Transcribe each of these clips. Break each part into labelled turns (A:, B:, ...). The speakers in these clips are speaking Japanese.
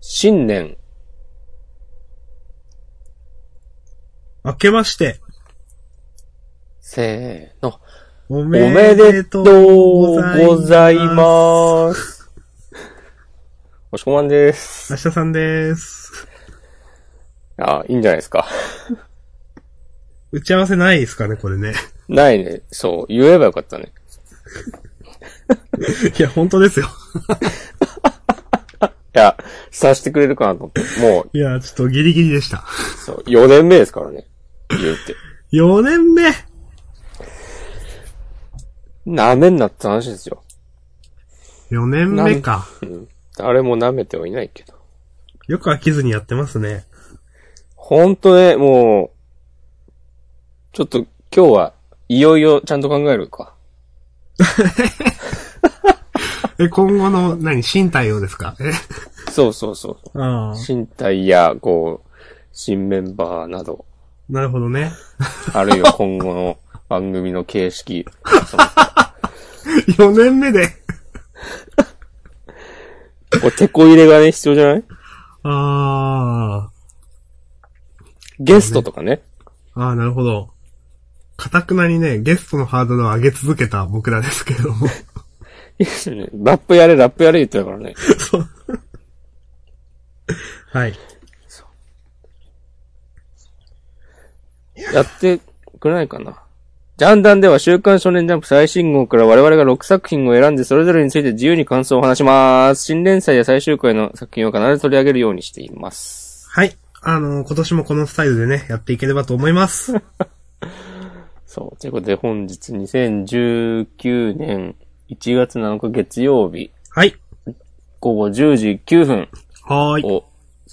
A: 新年、
B: 明けまして、
A: せーの。
B: お
A: お
B: め
A: め
B: で
A: で
B: と
A: と
B: う
A: うご
B: ござ
A: ざい
B: いま
A: ます。おしこまんです。
B: す。明日さんです。
A: あ、いいんじゃないですか。
B: 打ち合わせないですかね、これね。
A: ないね。そう、言えばよかったね。
B: いや、本当ですよ。
A: いや、察してくれるかなと思って。も
B: いや、ちょっとギリギリでした。
A: う、そう、4年目ですからね。言うて。
B: 4年目
A: 舐めんなって話ですよ。
B: !4 年目か。
A: うん。誰も舐めてはいないけど。
B: よく飽きずにやってますね。
A: ほんとね、もう、ちょっと今日はいよいよちゃんと考えるか。
B: え、今後の、何、新対応ですかえ
A: そうそうそう。
B: ああ。
A: 身体や、こう、新メンバーなど、
B: なるほどね。
A: あるいは今後の番組の形式、その
B: 4年目で。
A: こうテコ入れがね、必要じゃない
B: ああ。
A: ゲストとかね。
B: ああ、なるほど。かたくなにね、ゲストのハードルを上げ続けた僕らですけれども。
A: いいですよねラップやれ、ラップやれ言ってたからね。
B: そう。はい。
A: やってくれないかな。ジャンダンでは週刊少年ジャンプ最新号から我々が6作品を選んでそれぞれについて自由に感想を話します。新連載や最終回の作品を必ず取り上げるようにしています。
B: はい。あの、今年もこのスタイルでね、やっていければと思い ます。
A: そう。ということで本日2019年1月7日月曜日、
B: はい。
A: 午後10時9分
B: はーい。
A: を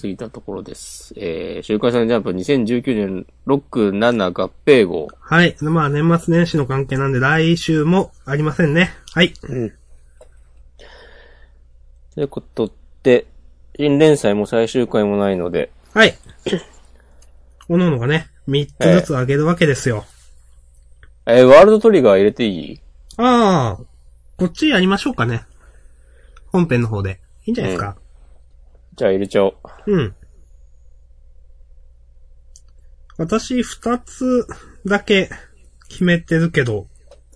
A: 過ぎたところです。 えー、週刊少年ジャンプ2019年6、7合併号。
B: はい。まあ、年末年始の関係なんで、来週もありませんね。はい。
A: ということで、新連載も最終回もないので、
B: はい。おのおのがね、3つずつ上げるわけですよ。
A: えー、ワールドトリガー入れていい
B: ああ、こっちやりましょうかね。本編の方で。いいんじゃないですか。
A: じゃあ入れちゃおう。
B: うん。私、2つだけ決めてるけど、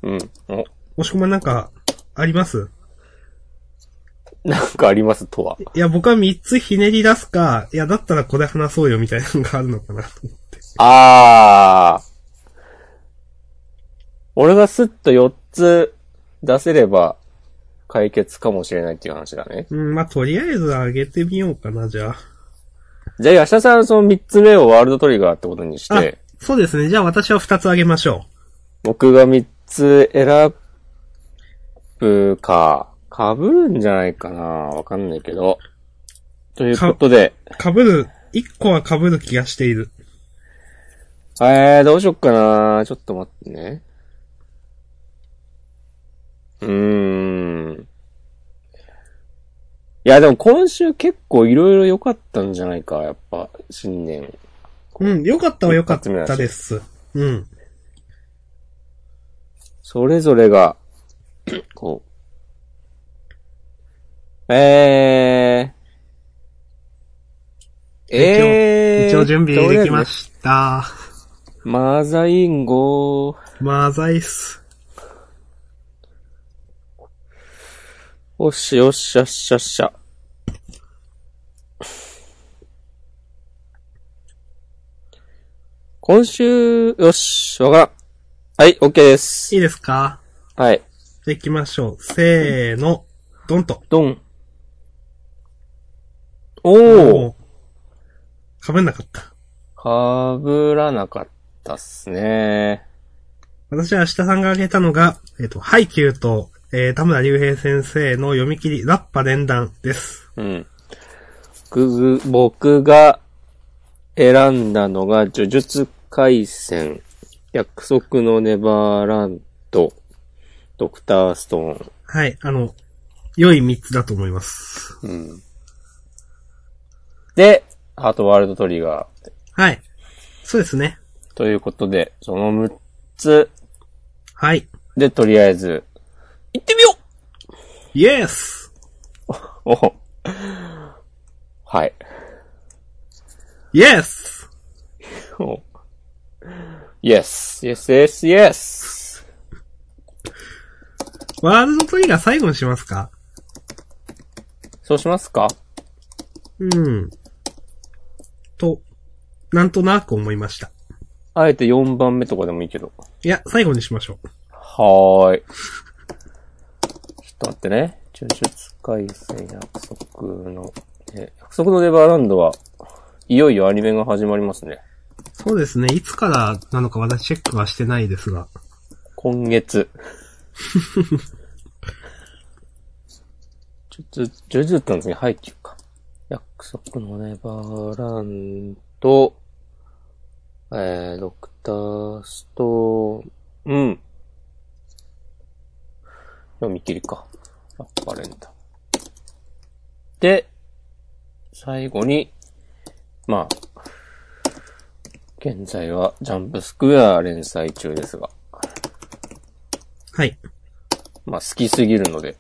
A: うん。お、
B: もしくまなんか、あります
A: なんかありますとは。
B: いや、僕は3つひねり出すか、いや、だったらこれ話そうよみたいなのがあるのかなと 思って。
A: あー。俺がスッと4つ出せれば解決かもしれないっていう話だね。
B: うん、まあ、とりあえず上げてみようかな、じゃあ。
A: じゃあ、ヤシャさんその3つ目をワールドトリガーってことにし
B: あ
A: て、、
B: そうですね。じゃあ私は2つ上げましょ
A: 僕が3つ選ぶか、被るんじゃないかなわかんないけど。ということで、
B: う。被る、1個は被る気がしている。
A: えー、どうしよっかなちょっと待ってね。うーん。いや、でも今週結構いろいろ良かったんじゃないか、やっぱ、新年。
B: うん、よかったはよかったです。うん。
A: それぞれ が、こう。えー。えー。
B: 一応準備できま
A: し
B: した。
A: た。マザインゴ
B: マザイス。
A: おっし、よっしゃ、よっしゃ、よっしゃ。今週、よし、わからん。はい、OK です。
B: いいですか
A: はい、
B: じゃあ行きましょう。せーの、ドンと。
A: ドン。おー、
B: お。被んなかった。
A: かぶらなかったっすね。
B: 私は明日さんが挙げたのが、えっ、と、ハイキューと、えー、田村隆平先生の読み切り、ラッパ連弾です。
A: うん。僕僕が選んだのが、呪術廻戦、約束のネバーランド、ドクターストーン。
B: はい、あの、良い三つだと思います。
A: うん。で、ハートワールドトリガー。
B: はい。そうですね。
A: ということで、その6つ
B: はい。
A: で、とりあえず、行ってみよ
B: イエス
A: うおはい。
B: イエス
A: お yes, yes, yes, yes.
B: ワールドトリガー最後にしますか
A: そうしますか
B: うん。と、なんとなく思いました。
A: あえて4番目とかでもいいけど。
B: いや、最後にしましょう。
A: はーい。ちょっと待ってね。呪術改正約束の、え、約束のネバーランドは、いよいよアニメが始まりますね。
B: そうですね。いつからなのか私チェックはしてないですが。
A: 今月。 ちょ、ちょ、ジョジョったんですね。ハイキューか。約束のネバーランド、えー、ドクターストーン、うん。読み切りか。ラッパレンダ。で、最後に、まあ、現在はジャンプスクエア連載中ですが、
B: はい。
A: まあ、好きすぎるので、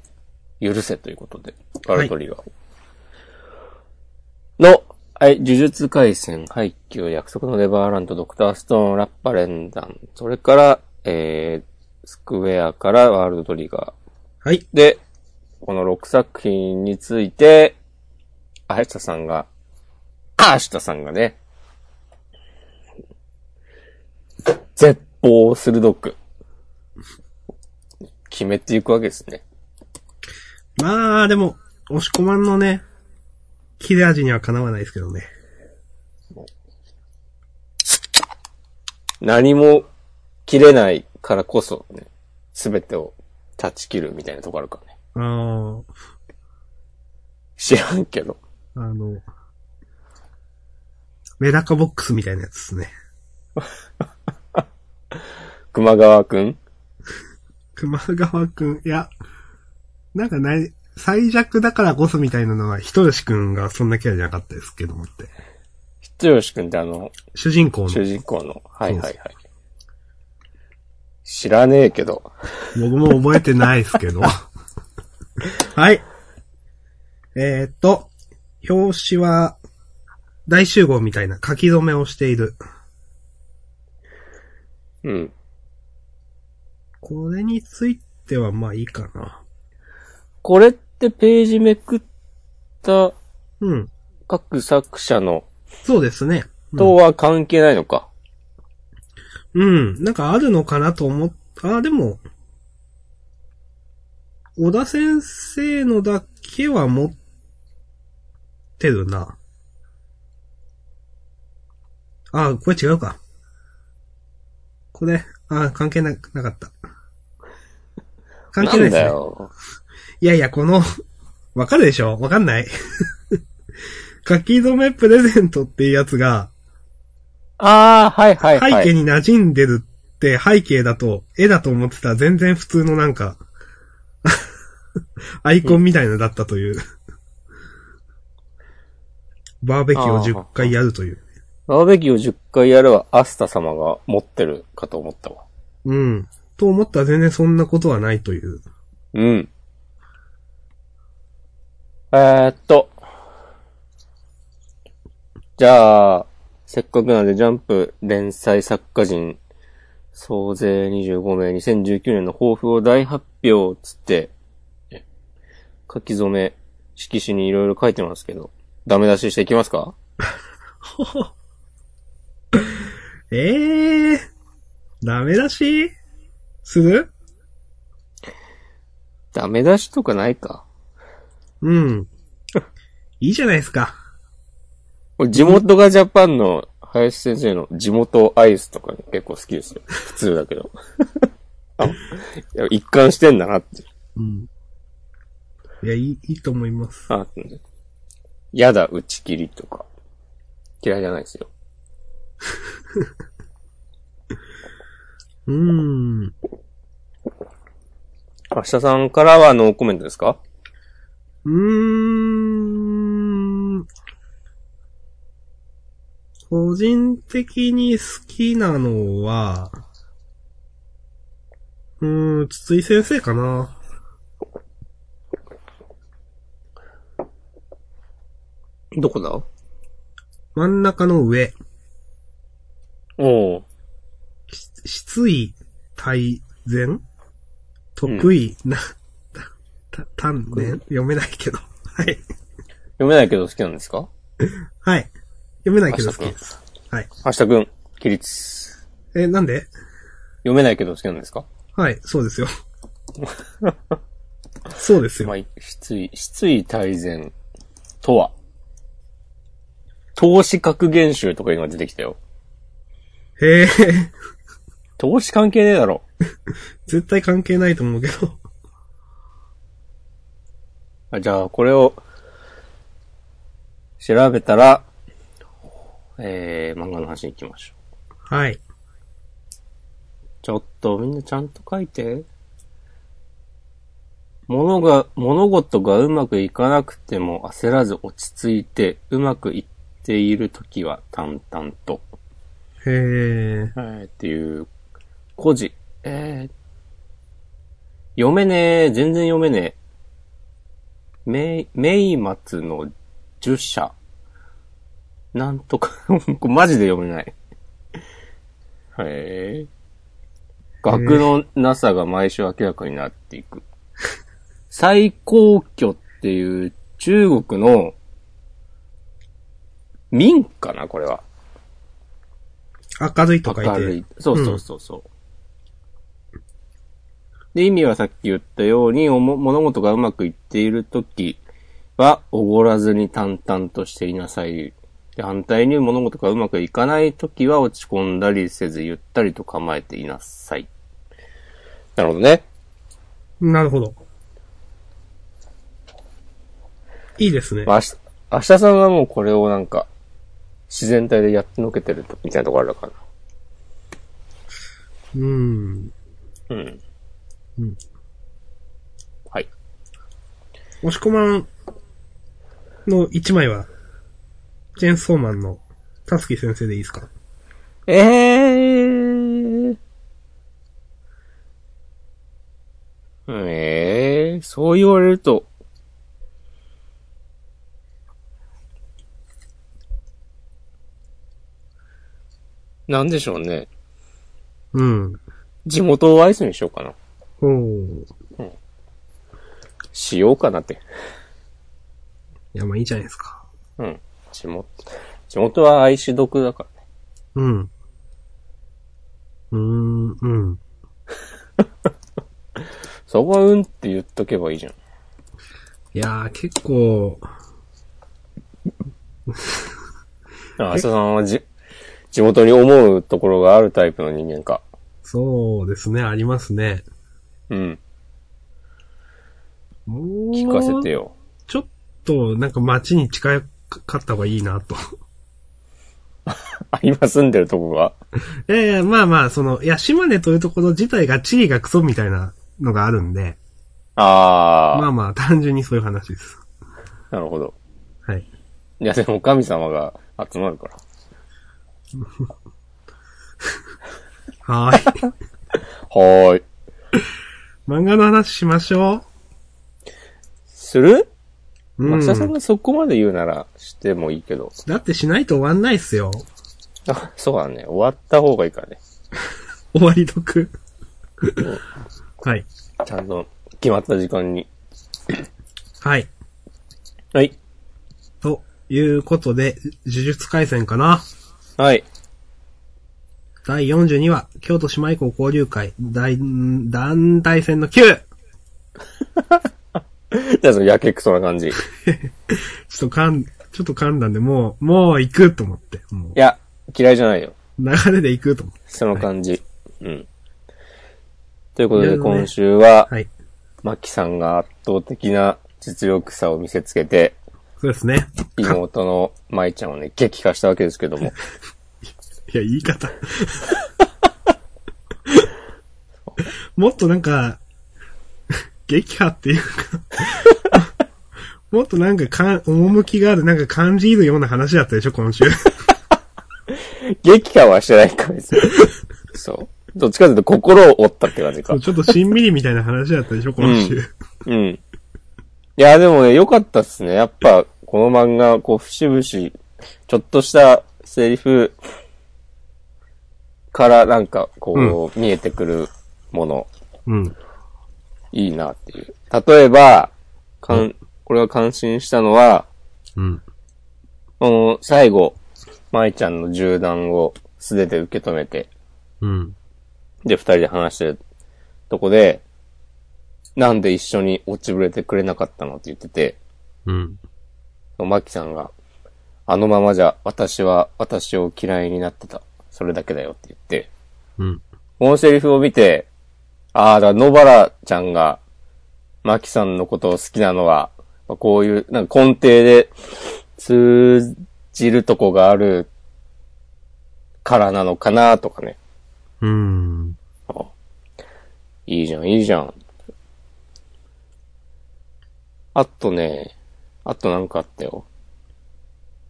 A: 許せということで、バラトリガーを。の、はい、呪術回戦、配給、約束のネバーランド、ドクターストーン、ラッパ連弾、それから、えー、スクエアからワールドトリガ
B: はい。
A: ー。で、この6作品について、あしたさんが、あしたさんがね、絶望鋭く、決めていくわけですね。
B: まあ、でも、押し込まんのね、切れ味にはかなわないですけどね。
A: 何も切れないからこそね、すべてを断ち切るみたいなとこあるからね。
B: あー
A: 知らんけど。
B: あの、メダカボックスみたいなやつですね。
A: 熊川くん
B: 熊川くん、いや、なんかない、最弱だからこそみたいなのは、ひとよしくんがそんなキャラじゃなかったですけどもって。
A: ひつよしくんってあの、
B: 主人公の、
A: 主人公の、はいはいはい。知らねえけど。
B: 僕も覚えてないですけど。はい。えー、っと、表紙は、大集合みたいな書き初めをしている。
A: うん。
B: これについてはまあいいかな。
A: これってページめくった
B: うん。
A: 各作者の
B: そうですね。うん
A: とは関係ないのか。
B: うん。なんかあるのかなと思っ、あ、でも、小田先生のだけは持ってるな。あ、これ違うか。これ、あ、関係な、なかった。関係ないです
A: んだ
B: ね。
A: よ。
B: いやいや、この、 わかるでしょわかんない。 書き留めプレゼントっていうやつが、
A: ああ、はいはいは
B: 背景
A: い。
B: に馴染んでるって背景だと、絵だと思ってたら全然普通のなんか、アイコンみたいなのだったという。 バーベキューを10回やるという。
A: バーベキューを10回やるはアスタ様が持ってるかと思ったわ。
B: うん。と思ったら全然そんなことはないという。
A: うん。えー、っと。じゃあ、せっかくなんでジャンプ連載作家人、総勢25名、2019年の抱負を大発表つって、書き初め、色紙にいろいろ書いてますけど、ダメ出ししていきますか
B: ええー、ダメ出しする
A: ダメ出しとかないか。
B: うん。いいじゃないですか。
A: 俺地元がジャパンの林先生の地元アイスとかね結構好きです よ。普通だけど。あいや一貫してんだなって。
B: うん。いや、いい、いいと思います。
A: あ、やだ、打ち切りとか。嫌いじゃないですよ。
B: うん。
A: 明日さんからはノーコメントですか
B: うーん。個人的に好きなのは、うーん、筒井先生かな。
A: どこだ
B: 真ん中の上、
A: おお。
B: し失意、大善得意、な、た、た、丹念読めないけど。はい。
A: 読めないけど好きなんですか
B: はい。読めないけど好きです。はい。
A: 明日くん、起立。
B: え、なんで
A: 読めないけど好きなんですか
B: はい、そうですよ。そうです
A: ま
B: よ。
A: あ、失意、失意大善とは投資格言集とか今出てきたよ。
B: へえ、
A: 投資関係ねえだろ。
B: 絶対関係ないと思うけど。
A: あじゃあ、これを、調べたら、えー、漫画の話に行きましょう。
B: はい。
A: ちょっと、みんなちゃんと書いて。物が、物事がうまくいかなくても焦らず落ち着いて、うまくいっている時は淡々と。
B: へえ、
A: えーっていう、孤児。えー、読めねえ、全然読めねえ。めい、めいまつの十社。なんとか、 これマジで読めない。へえ。学のなさが毎週明らかになっていく。最高居っていう中国の民かな、これは。
B: 明るいとか
A: 明る
B: い
A: い
B: て。。
A: そうそうそうそう。で、意味はさっき言ったように、おも物事がうまくいっているときは、おごらずに淡々としていなさい。で反対に物事がうまくいかないときは落ち込んだりせず、ゆったりと構えていなさい。なるほどね。
B: なるほど。いいですね。
A: まあ、明日、明日さんはもうこれをなんか、自然体でやってのけてるみたいなところあるから
B: うん。
A: な。うん。
B: うん。
A: はい。
B: 押し込まんの一枚は、チェーンソーマンのたすき先生でいいですか
A: ええー。ええー、そう言われると。なんでしょうね。
B: うん。
A: 地元を愛すにしようかな。
B: おー。
A: しようかなって。
B: いや、まあいいじゃないですか。
A: うん。地元、地元は愛し毒だからね。
B: うん。うーん、うん。
A: そこはうんって言っとけばいいじゃん。
B: いやー、結構、
A: あ、浅田さんはじ、地元に思うところがあるタイプの人間か。
B: そうですね、ありますね。
A: うん。
B: 聞
A: 聞かせて。よ。
B: ちょっと、なんか街に近かった方がいいなと。
A: あ、 今住んでるとこが。
B: ええまあまあ、その、いや、島根というところ自体が地理がクソみたいなのがあるんで、
A: ああ、
B: まあまあ、単純にそういう話です。
A: なるほど。
B: はい。
A: いや、でも神様が集まるから。
B: はーい。
A: はーい。
B: 漫画の話しましょ
A: する
B: う。う
A: 松田さん
B: ん。
A: がそこまで言うならしてもいいけど。
B: だってしないと終わんないっすよ。
A: あ、そうだね。終わった方がいいからね。
B: 終わり 得。はい。
A: ちゃんと決まった時間に。
B: はい。
A: はい。
B: ということで、呪術回戦かな。
A: はい。
B: 第42話、京都姉妹校交流会、大、団体戦の 9!
A: じゃあそのやけくそな感じ。い
B: ちょっと噛ん、ちょっと噛んだんで、もう、もう行くと思って。もう、
A: や、嫌いじゃないよ。
B: 流れで行くと思って。
A: その感じ。うん。ということ
B: いろ
A: で
B: いろね
A: 今週は、
B: はい。
A: マキさんが圧倒的な実力差を見せつけ て、
B: そうですね。
A: 妹の舞ちゃんをね、激化したわけですけども。
B: いや、言い 方。もっとなんか、撃破っていうか、もっとなんかかん、趣がある、なんか感じるような話だったでしょ、 今週。
A: 激化はしてないか、 別に。そう。どっちかというと心を折ったって感じ
B: そ
A: か
B: う。ちょっとしんみりみたいな話だったでしょ、今週。
A: うん。いや、でもね、良かったっすね。やっぱ、この漫画、こう、節々、ちょっとしたセリフからなんか、こう、見えてくるもの、
B: うん。
A: いいなっていう。例えば、かん、これは感心したのは、
B: うん。
A: この、最後、舞ちゃんの銃弾を素手で受け止めて、
B: うん。
A: で、二人で話してるとこで、なんで一緒に落ちぶれてくれなかったのって言ってて、
B: うん。
A: マキさんが、あのままじゃ私は私を嫌いになってた。それだけだよって言って、
B: うん。
A: このセリフを見て、ああ、だから野原ちゃんが、マキさんのことを好きなのは、まあこういう、なんか根底で通じるとこがあるからなのかなとかね。
B: うん。
A: いいじゃん、いいじゃん。あとね、あとなんかあったよ。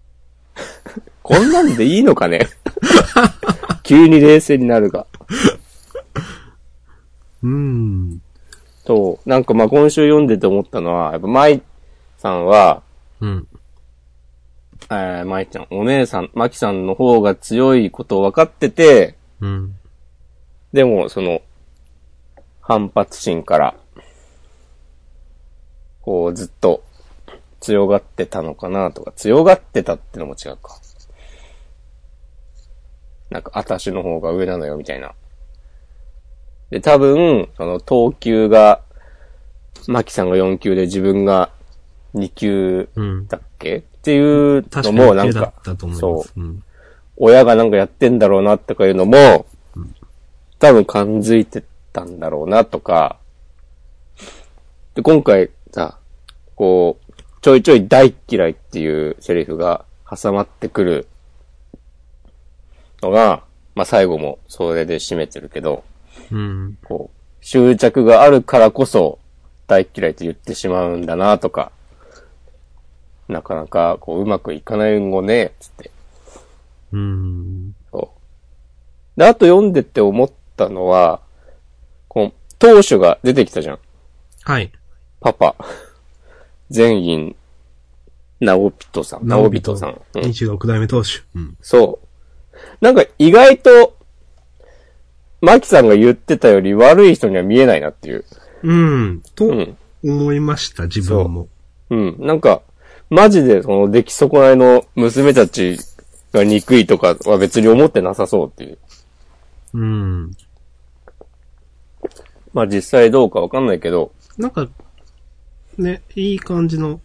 A: こんなんでいいのかね急に冷静になるが。
B: うん。
A: と、なんかまあ今週読んでて思ったのは、やっぱ舞さんは、
B: うん。
A: えー、舞ちゃん、お姉さん、まきさんの方が強いことを分かってて、
B: うん。
A: でも、その、反発心から、こう、ずっと、強がってたのかなとか、強がってたってのも違うか。なんか、私の方が上なのよ、みたいな。で、多分、その、等級が、マキさんが4級で自分が2級
B: うん。
A: だっけっていうの
B: 確か
A: も、
B: に
A: なん
B: 手だ
A: か
B: っ、たと思い
A: そ
B: ま
A: う
B: す。、うん。
A: 親がなんかやってんだろうなとかいうのも、多分感づいてたんだろうなとか、で、今回さ、こう、ちょいちょい大嫌いっていうセリフが挟まってくるのが、まあ最後もそれで締めてるけど、
B: うん。
A: こう、執着があるからこそ、大嫌いと言ってしまうんだなとか、なかなか、こう、うまくいかないんごね、つって。
B: うん。
A: そう。で、あと読んでって思ったのは、この、当主が出てきたじゃん。
B: はい。
A: パパ。 全員、直人さん。直人さん。うん、
B: 26代目投手。うん。
A: そう。なんか意外と、マキさんが言ってたより悪い人には見えないなっていう。
B: うん。と
A: うん。
B: 思いました、自分も。
A: うん。なんか、マジでその出来損ないの娘たちが憎いとかは別に思ってなさそうっていう。
B: うん。
A: まあ実際どうかわかんないけど、
B: なんか、ね、いい感じの、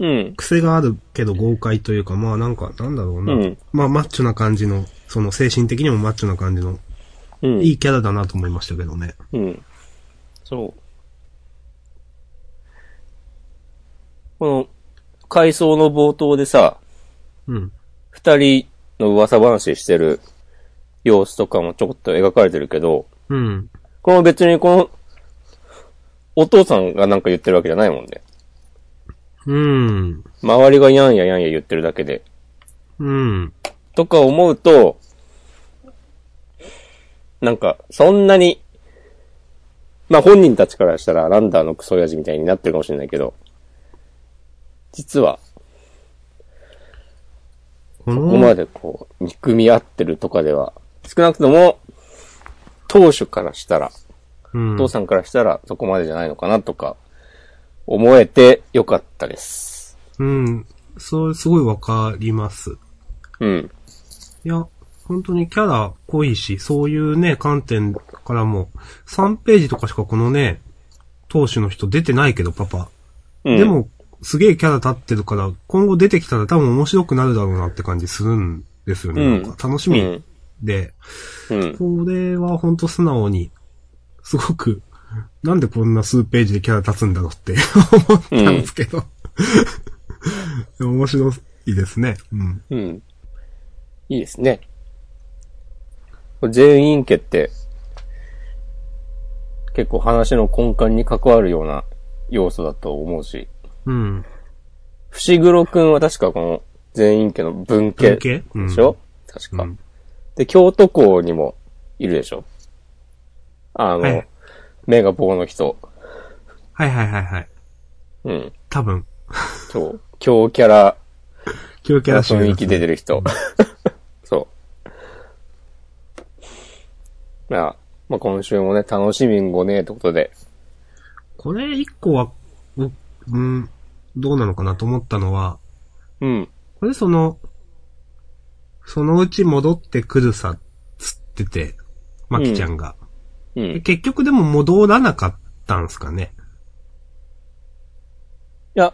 A: うん。
B: 癖があるけど豪快というか、まあなんか、なんだろうな。
A: うん
B: まあマッチョな感じの、その精神的にもマッチョな感じの、
A: うん。
B: いいキャラだなと思いましたけどね。
A: うん。そう。この、回想の冒頭でさ、
B: うん。
A: 二人の噂話してる様子とかもちょこっと描かれてるけど、
B: うん。
A: この別にこの、お父さんがなんか言ってるわけじゃないもんね。
B: うん。
A: 周りがやんややんや言ってるだけで。
B: うん。
A: とか思うと、なんか、そんなに、まあ本人たちからしたらランダーのクソ親父みたいになってるかもしれないけど、実は、ここ
B: こ
A: ま
B: の、
A: でこう、憎み合ってるとかでは、少なくとも、当初からしたら、
B: うん
A: 父さんからしたらそこまでじゃないのかなとか、思えてよかったです。
B: うん。そう、すごいわかります。
A: うん。
B: いや、本当にキャラ濃いし、そういうね、観点からも、3ページとかしかこのね、投手の人出てないけど、パパ。
A: うん、
B: で、も、すげえキャラ立ってるから、今後出てきたら多分面白くなるだろうなって感じするんですよね。
A: うん
B: なんか楽し
A: う
B: み
A: ん。
B: で、
A: うん。
B: これは本当素直に、すごく、なんでこんな数ページでキャラ立つんだろうって思ったんですけど。でも面白いですね。うん。
A: うん。いいですね。これ全員家って、結構話の根幹に関わるような要素だと思うし、
B: うん。
A: 伏黒くんは確かこの全員家の文系
B: 文
A: で
B: 系うん
A: しょ、確か、
B: うん
A: で、京都校にもいるでしょあの、
B: はい
A: 目が棒の人。
B: はいはいはいはい。
A: うん。
B: 多分。
A: そう。強キャラ、
B: 強キャラ集
A: 雰
B: め
A: 囲
B: ます
A: 気出てる人。そう。まあ、まあ今週もね、楽しみんごね、ということで。
B: これ一個は、ううん、どうなのかなと思ったのは、
A: うん。
B: これその、そのうち戻ってくるさ、つってて、まきちゃんが。
A: う
B: で
A: ん。
B: 結局でも戻らなかったんすかね。
A: いや、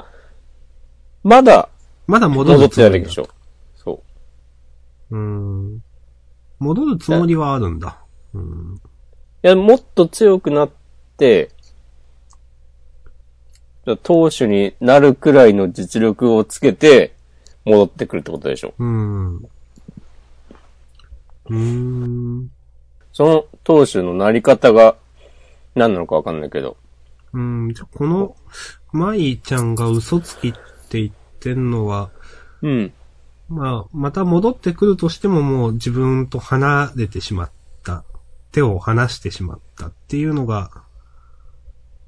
A: まだ
B: まだ戻る
A: 戻ってない
B: つもり
A: でしょ。そう。
B: うーん。戻るつもりはあるんだ。うーん。
A: いや、もっと強くなって、投手になるくらいの実力をつけて、戻ってくるってことでしょ。
B: うーん。うーん。
A: その投手のなり方が、何なのかわかんないけど。
B: うん。じゃあ、この、舞ちゃんが嘘つきって言ってんのは、
A: うん。
B: まあ、また戻ってくるとしてももう自分と離れてしまった。手を離してしまったっていうのが、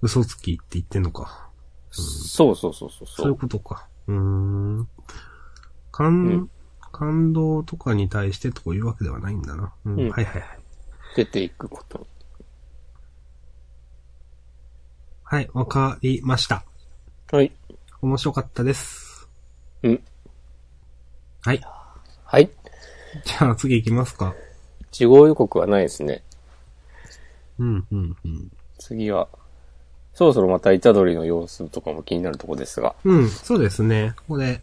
B: 嘘つきって言ってんのか。
A: そうそうそうそう
B: そう
A: そ
B: いう
A: う。
B: ことか。うーん。感、
A: うん
B: 感動とかに対してというわけではないんだな。うん。
A: うん
B: はいはいはい。
A: 出ていくこと。
B: はい、わかりました。
A: はい。
B: 面白かったです。
A: うん。
B: はい。
A: はい。
B: じゃあ次行きますか。
A: 地方予告はないですね。
B: うん、うん、うん。
A: 次は、そろそろまたイタドリの様子とかも気になるとこですが。
B: うん、そうですね。これ、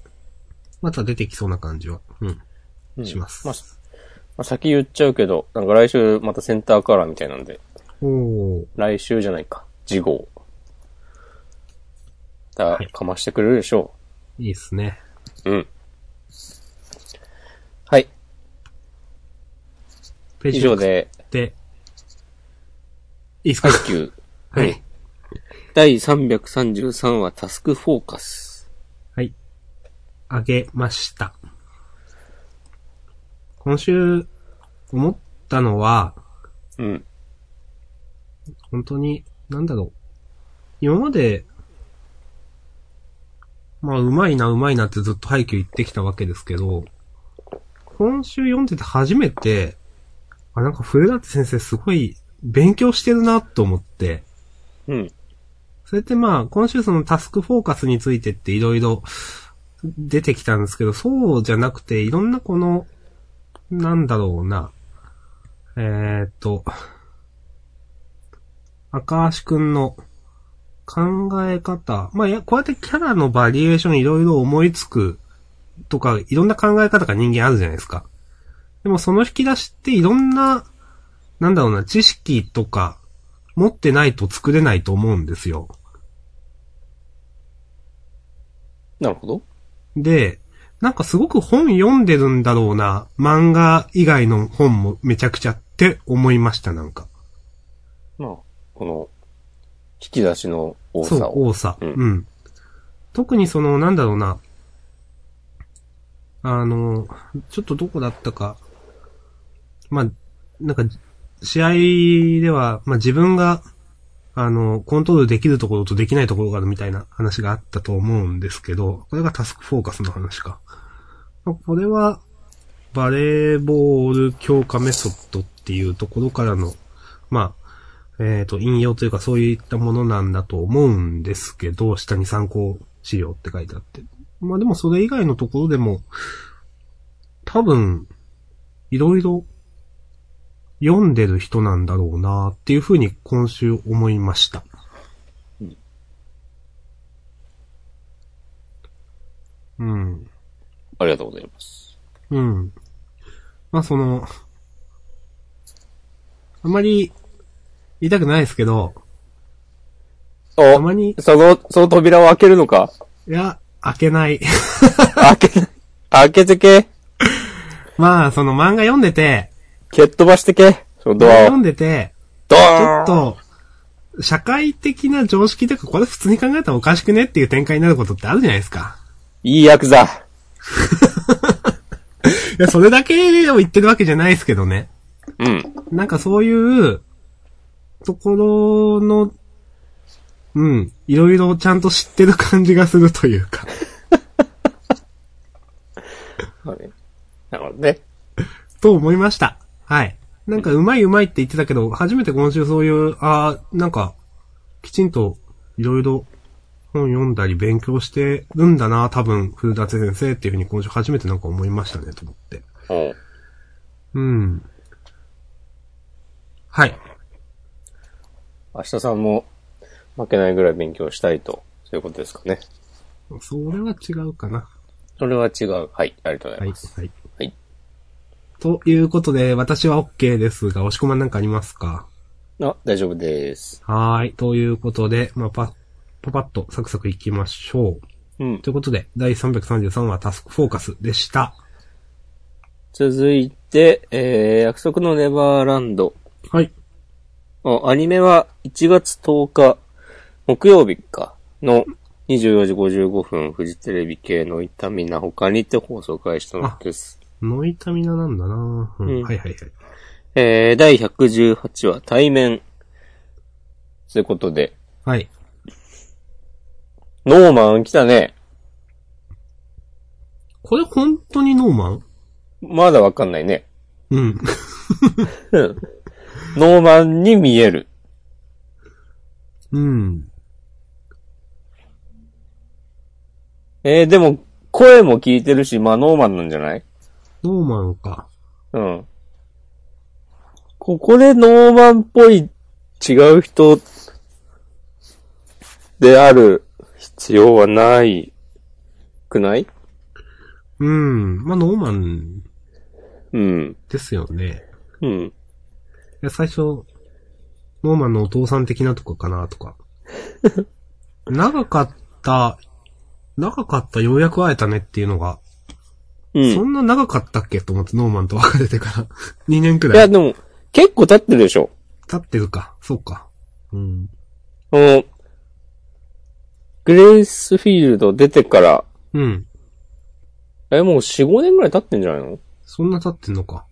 B: また出てきそうな感じは。うん。
A: うん
B: します。
A: まあまあ先言っちゃうけど、なんか来週またセンターカラーみたいなんで、
B: おー
A: 来週じゃないか。次号。だ
B: はい
A: かましてくれるでしょ
B: いいっすね。
A: う。うん。はい。
B: ペ
A: 以上
B: めくっ
A: で、
B: て。いいっすか
A: ハイキュー。
B: はい。
A: 第333話タスクフォーカス。
B: はい。あげました。今週、思ったのは、
A: うん。
B: 本当に、なんだろう。今まで、まあ、うまいな、うまいなってずっと配球言ってきたわけですけど、今週読んでて初めて、あ、なんか、古舘先生すごい勉強してるなと思って、
A: うん。
B: それってまあ、今週そのタスクフォーカスについてっていろいろ出てきたんですけど、そうじゃなくて、いろんなこの、なんだろうな、えー、っと、赤足くんの考え方、まあ、やこうやってキャラのバリエーションいろいろ思いつくとか、いろんな考え方が人間あるじゃないですか。でもその引き出しっていろんな、なんだろうな、知識とか、持ってないと作れないと思うんですよ。
A: なるほど。
B: で、なんかすごく本読んでるんだろうな、漫画以外の本もめちゃくちゃって思いました、なんか。
A: まあ、この、引き出しの多
B: そう
A: さ、を。
B: 多さ。
A: う
B: うんん。特にその、なんだろうな。あの、ちょっとどこだったか。まあ、なんか、試合では、まあ自分が、あの、コントロールできるところとできないところがあるみたいな話があったと思うんですけど、これがタスクフォーカスの話か。まあこれは、バレーボール強化メソッドっていうところからの、まあ、えっ、と、引用というかそういったものなんだと思うんですけど、下に参考資料って書いてあって。まあでもそれ以外のところでも、多分、いろいろ読んでる人なんだろうなっていうふうに今週思いました。うん。
A: ありがとうございます。
B: うん。まあその、あまり言いたくないですけど、た
A: お
B: まに、
A: その、その扉を開けるのか
B: いや、開けない。
A: 開け、開けてけ。
B: まあ、その漫画読んでて、
A: 蹴っ飛ばしてけ。そのドア
B: 読
A: を。
B: んでて、
A: ド
B: ち
A: ー
B: ょ
A: ン
B: っと、社会的な常識というか、これ普通に考えたらおかしくねっていう展開になることってあるじゃないですか。
A: いいヤクザ。
B: いや、それだけを言ってるわけじゃないですけどね。
A: うん。
B: なんかそういう、ところの、うん、いろいろちゃんと知ってる感じがするというか。
A: あれ。なるほどね。
B: と思いました。はい。なんか、うまいうまいって言ってたけど、初めて今週そういう、あーなんか、きちんと、いろいろ、本読んだり勉強してるんだな、多分、古舘先生っていうふうに今週初めてなんか思いましたね、と思って。
A: おう
B: うん。はい。
A: 明日さんも負けないぐらい勉強したいと、そういうことですかね。
B: それは違うかな。
A: それは違う。はい、ありがとうござ
B: はいい
A: ま。す。
B: はい。
A: はい。
B: ということで、私は OK ですが、押し込まんなんかありますか
A: あ、大丈夫です。
B: はーい。ということで、まあ、パ、パパッとサクサクいきましょ
A: うん
B: う。。ということで、第333話タスクフォーカスでした。
A: 続いて、えー、約束のネバーランド。
B: はい。
A: あアニメは1月10日、木曜日か、の24時55分、フジテレビ系の痛みな他にて放送開始とのことです。
B: ノイタミナなんだなうん、
A: うん
B: はいはいはい。
A: えー、第118話、対面。ということで、
B: はい。
A: ノーマン来たね。
B: これ本当にノーマン
A: まだわかんないね。
B: うん。
A: うんノーマンに見える。
B: うん。
A: えー、でも、声も聞いてるし、まあ、ノーマンなんじゃない
B: ノーマンか。
A: うん。ここでノーマンっぽい違う人である必要はないくない
B: うん。まあ、ノーマン
A: うん。
B: ですよね。
A: うん。
B: いや、最初、ノーマンのお父さん的なとこかな、と か。長かった、長かった、ようやく会えたねっていうのが、
A: う
B: そ
A: ん。
B: んな長かったっけと思ってノーマンと別れてから、2年 く
A: い
B: ら
A: や、
B: い
A: でも、結構経ってるでしょ。
B: 経ってるか。そうか。うん。
A: この、グレースフィールド出てから、
B: うん。
A: え、もう4、5年ぐらい経ってんじゃないの
B: そんな経ってんのか。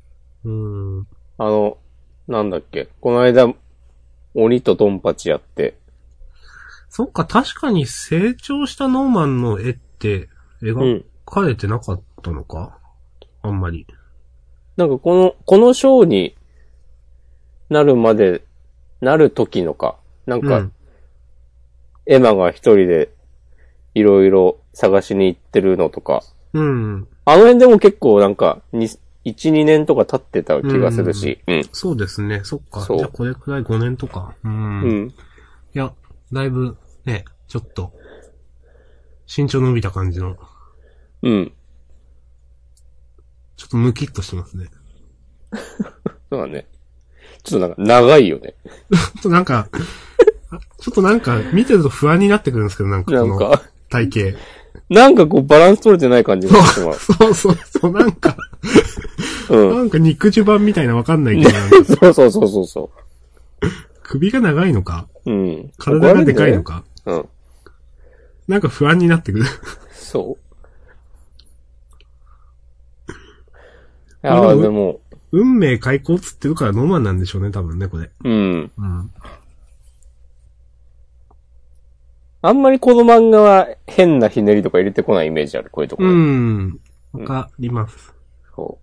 B: うん。
A: あの、なんだっけ。この間、鬼とドンパチやって。
B: そっか、確かに成長したノーマンの絵って、
A: う
B: 描
A: ん。
B: かれてなかったのか、あんまり。
A: なんかこの、この章になるまで、なる時のか。なんか、
B: うん
A: エマが一人でいろいろ探しに行ってるのとか。
B: うん。
A: あの辺でも結構なんか、に1、2年とか経ってた気がするし。うん。
B: そうですね。そっか。
A: そう
B: じゃあこれくらい5年とか。うん。
A: う
B: い
A: ん。
B: や、だいぶ、ね、ちょっと、身長伸びた感じの、
A: うん。
B: ちょっとムキッとしてますね。
A: そうだね。ちょっとなんか、長いよね。
B: ちょっとな んか、あちょっとなんか、見てると不安になってくるんですけど、なんか
A: な
B: こ
A: ん
B: の
A: か、
B: 体型。
A: なんかこうバランス取れてない感じがしてしま
B: そうそうそう、なんか、
A: う。う。
B: なんんか肉襦袢みたいなわかんないけど、なんか
A: そうそうそうそうそ
B: 首が長いのか
A: う。うん。
B: 体がでかいのか
A: うん。
B: なんか不安になってくる。
A: そう。い
B: ま
A: や
B: あ
A: ー
B: で
A: でも、
B: 運命開口っつってるからノーマンなんでしょうね、多分ね、これ。
A: うん。
B: うん。
A: あんまりこの漫画は変なひねりとか入れてこないイメージある、こういうところ。
B: うん。わかります。
A: そ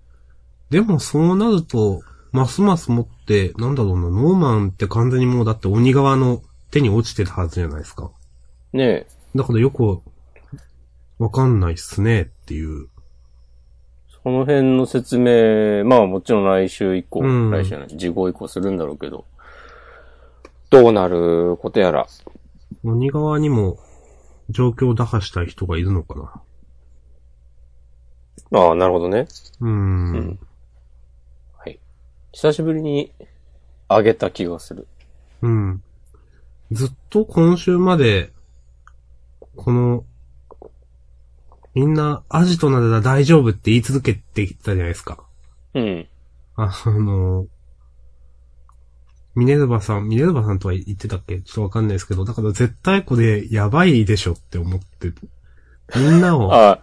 B: でもそうなると、ますますもって、なんだろうな、ノーマンって完全にもうだって鬼側の手に落ちてたはずじゃないですか。
A: う。ねえ。
B: だからよく、わかんないっすねっていう。
A: その辺の説明、まあもちろん来週以降、
B: うん
A: 来週じゃない、次号以降するんだろうけど、どうなることやら。
B: 鬼側にも状況を打破したい人がいるのかな。
A: ああ、なるほどね。
B: うーん。
A: うんはい。久しぶりに、あげた気がする。
B: うん。ずっと今週まで、この、みんなアジトなら大丈夫って言い続けてきたじゃないですか。
A: うん。
B: あの、ミネルバさん、ミネルバさんとは言ってたっけちょっとわかんないですけど、だから絶対これやばいでしょって思って、みん なを、
A: ああ、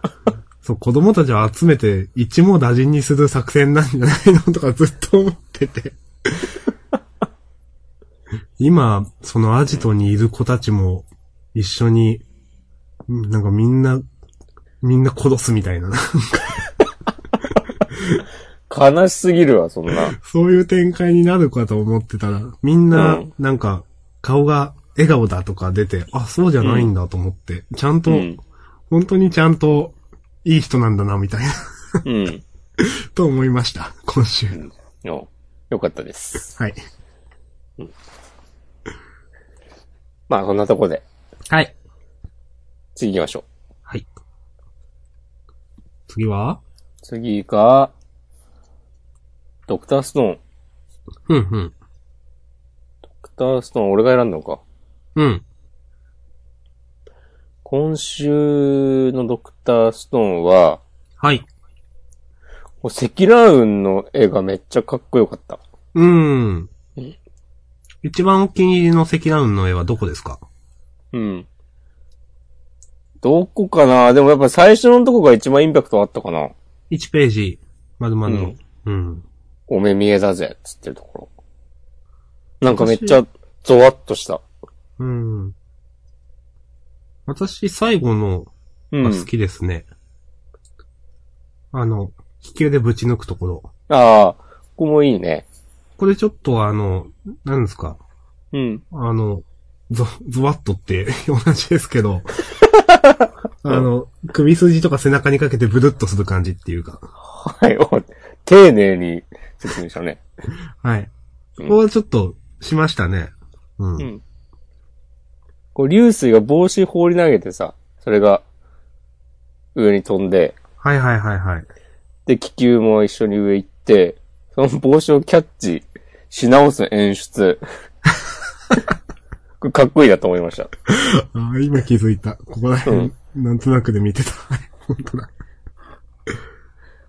B: そう、子供たちを集めて一網打尽にする作戦なんじゃないのとかずっと思ってて。 今、そのアジトにいる子たちも一緒に、うんなんかみんな、みんな殺すみたいな。なんか
A: 悲しすぎるわ、そん な。
B: そういう展開になるかと思ってたら、みん
A: う、
B: なんなんか、顔が笑顔だとか出て、あ、そうじゃないんだと思って、ちゃんと、
A: うん。
B: 本当にちゃんと、いい人なんだな、みたいな、
A: うん。
B: と思いました、今週。
A: よ、よかったです。
B: はい。
A: まあ、そんなとこで、
B: はい。
A: 次行きましょう。
B: はい。次は
A: 次が、ドクターストーン。
B: うん、うん。
A: ドクターストーン、俺が選んだのか。
B: うん。
A: 今週のドクターストーンは、
B: はい。
A: もう積乱雲の絵がめっちゃかっこよかった。
B: うーん
A: え。
B: 一番お気に入りの積乱雲の絵はどこですか
A: うん。どこかなでもやっぱ最初のとこが一番インパクトあったかな。
B: ?1 ページ、まるまるの。うん。
A: お目見えだぜ、つってるところ。なんかめっちゃ、ゾワッとした。
B: うん。私、最後の
A: う
B: が
A: ん。
B: 好きですね。あの、気球でぶち抜くところ。
A: ああ、ここもいいね。
B: これちょっとあの、なんですか
A: うん。
B: あの、ゾ、ゾワッとって 同じです けど、あの、首筋とか背中にかけてブルッとする感じっていうか。
A: はい、 お丁寧に説明したね。
B: はい。ここはちょっと、しましたね。うん。
A: うん。こう、流水が帽子放り投げてさ、それが、上に飛んで、
B: はいはいはいはい。
A: で、気球も一緒に上行って、その帽子をキャッチし直す演出。これかっこいいなと思いました。
B: ああ、今気づいた。ここら辺、なんとなくで見てた。 本当だ。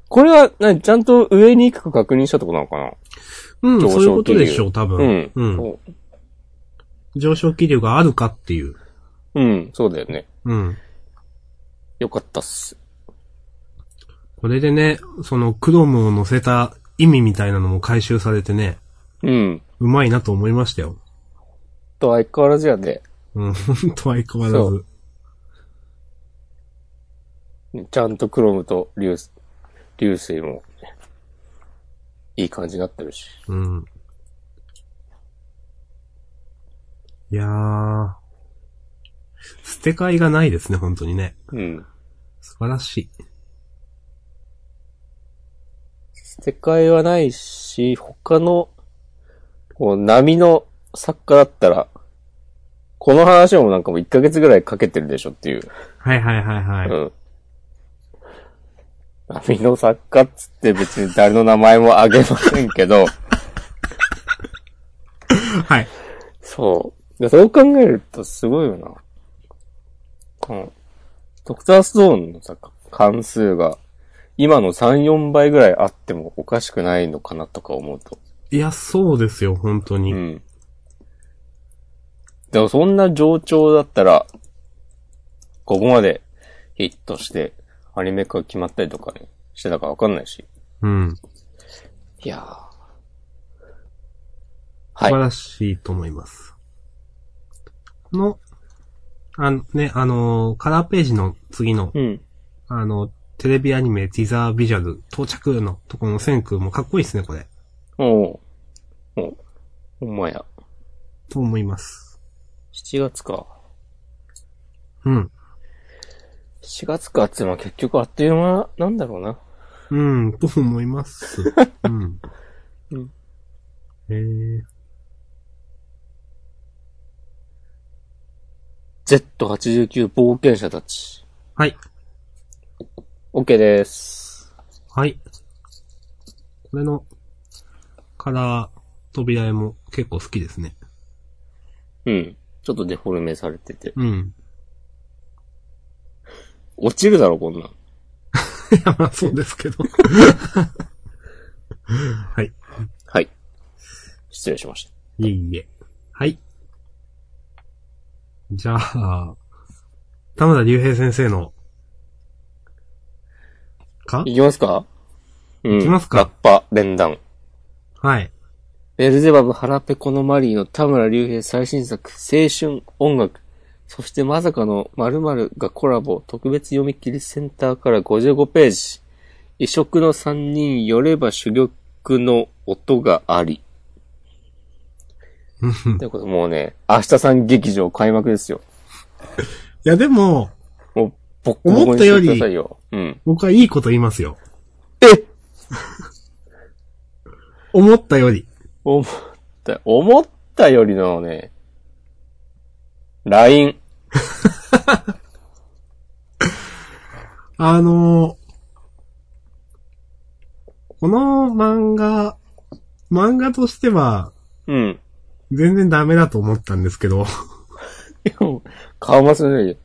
A: これは、なちゃんと上に行くか確認したとこなのかな
B: うん、
A: 上昇気流
B: そういうことでしょう、多分。
A: うん。
B: うん。
A: そう
B: 上昇気流があるかっていう。
A: うん、そうだよね。
B: うん。
A: よかったっす。
B: これでね、その、クロムを乗せた意味みたいなのも回収されてね、
A: うん。
B: うまいなと思いましたよ。
A: と相変わらずやで、
B: うん、 ほんと相変わら
A: そ
B: ず。
A: ちゃんとクロムと流水流水も、いい感じになってるし。
B: うん。いやー。捨て替えがないですね、本当にね。
A: うん。
B: 素晴らしい。
A: 世界はないし、他の、こう、波の作家だったら、この話もなんかもう1ヶ月ぐらいかけてるでしょっていう。
B: はいはいはいはい。
A: うん。波の作家っつって別に誰の名前もあげませんけど、
B: はい。
A: そう。でそう考えるとすごいよな。この、ドクターストーンのさ、関数が、今の3、4倍ぐらいあってもおかしくないのかなとか思うと。
B: いや、そうですよ、本当に。
A: うん。でもそんな上調だったら、ここまでヒットして、アニメ化決まったりとかね、してたかわかんないし。
B: うん。
A: いやー。
B: 素晴
A: はい。
B: らしいと思います。この、あのね、あのーカラーページの次の、
A: うん。
B: あの、テレビアニメティザービジュアル到着のところの線空もかっこいいですね、これ。
A: おう。おう。ほんまや。
B: と思います。
A: 7月か。
B: うん。
A: 4月かっていうのは結局あっという間なんだろうな。
B: うん、と思います。 うん。
A: うん
B: えー、
A: Z89 冒険者たち。
B: はい。
A: OK です。
B: はい。これの、カラー扉絵も結構好きですね。
A: うん。ちょっとデフォルメされてて。
B: うん。
A: 落ちるだろ、こんなん。
B: い や、まあそうですけど。はい。
A: はい。失礼しました。
B: いえいえ。はい。じゃあ、田村隆平先生の、か
A: いきますかうん。
B: いきますか
A: ラッパ、連弾。
B: はい。
A: ベルゼバブ、腹ペコのマリーの田村隆平最新作、青春、音楽。そしてまさかの〇〇がコラボ、特別読み切りセンターから55ページ。異色の三人よれば珠玉の音があり。ということでもうね、明日さん劇場開幕ですよ。
B: いや、でも、
A: もう、ボッコボコにしてくださいよ。うん。
B: 僕はいいこと言いますよ。
A: え
B: 思ったより。
A: 思った、思ったよりのね、LINE。
B: あのーこの漫画、漫画としては、
A: うん。
B: 全然ダメだと思ったんですけど、
A: 顔マスないよ。
B: い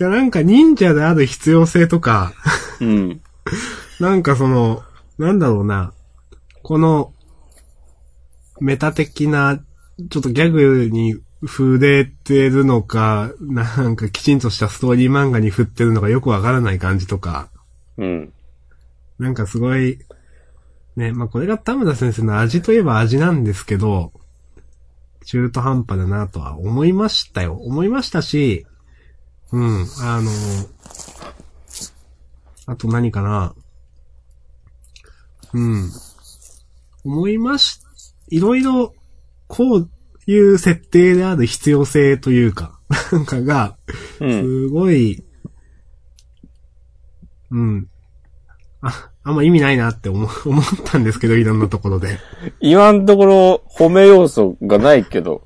B: や、なんか忍者である必要性とか、
A: うん。
B: なんかその、なんだろうな、この、メタ的な、ちょっとギャグに触れてるのか、なんかきちんとしたストーリー漫画に振ってるのかよくわからない感じとか、
A: うん。
B: なんかすごい、ね、まあ、これが田村先生の味といえば味なんですけど、中途半端だなとは思いましたよ。思いましたし、うん、あの、あと何かな。うん。思いまし、いろいろ、こういう設定である必要性というか、なんかが、
A: うん。
B: すごい、うん。あ、あんま意味ないなって思、 思ったんですけど、いろんなところで。
A: 今のところ、褒め要素がないけど。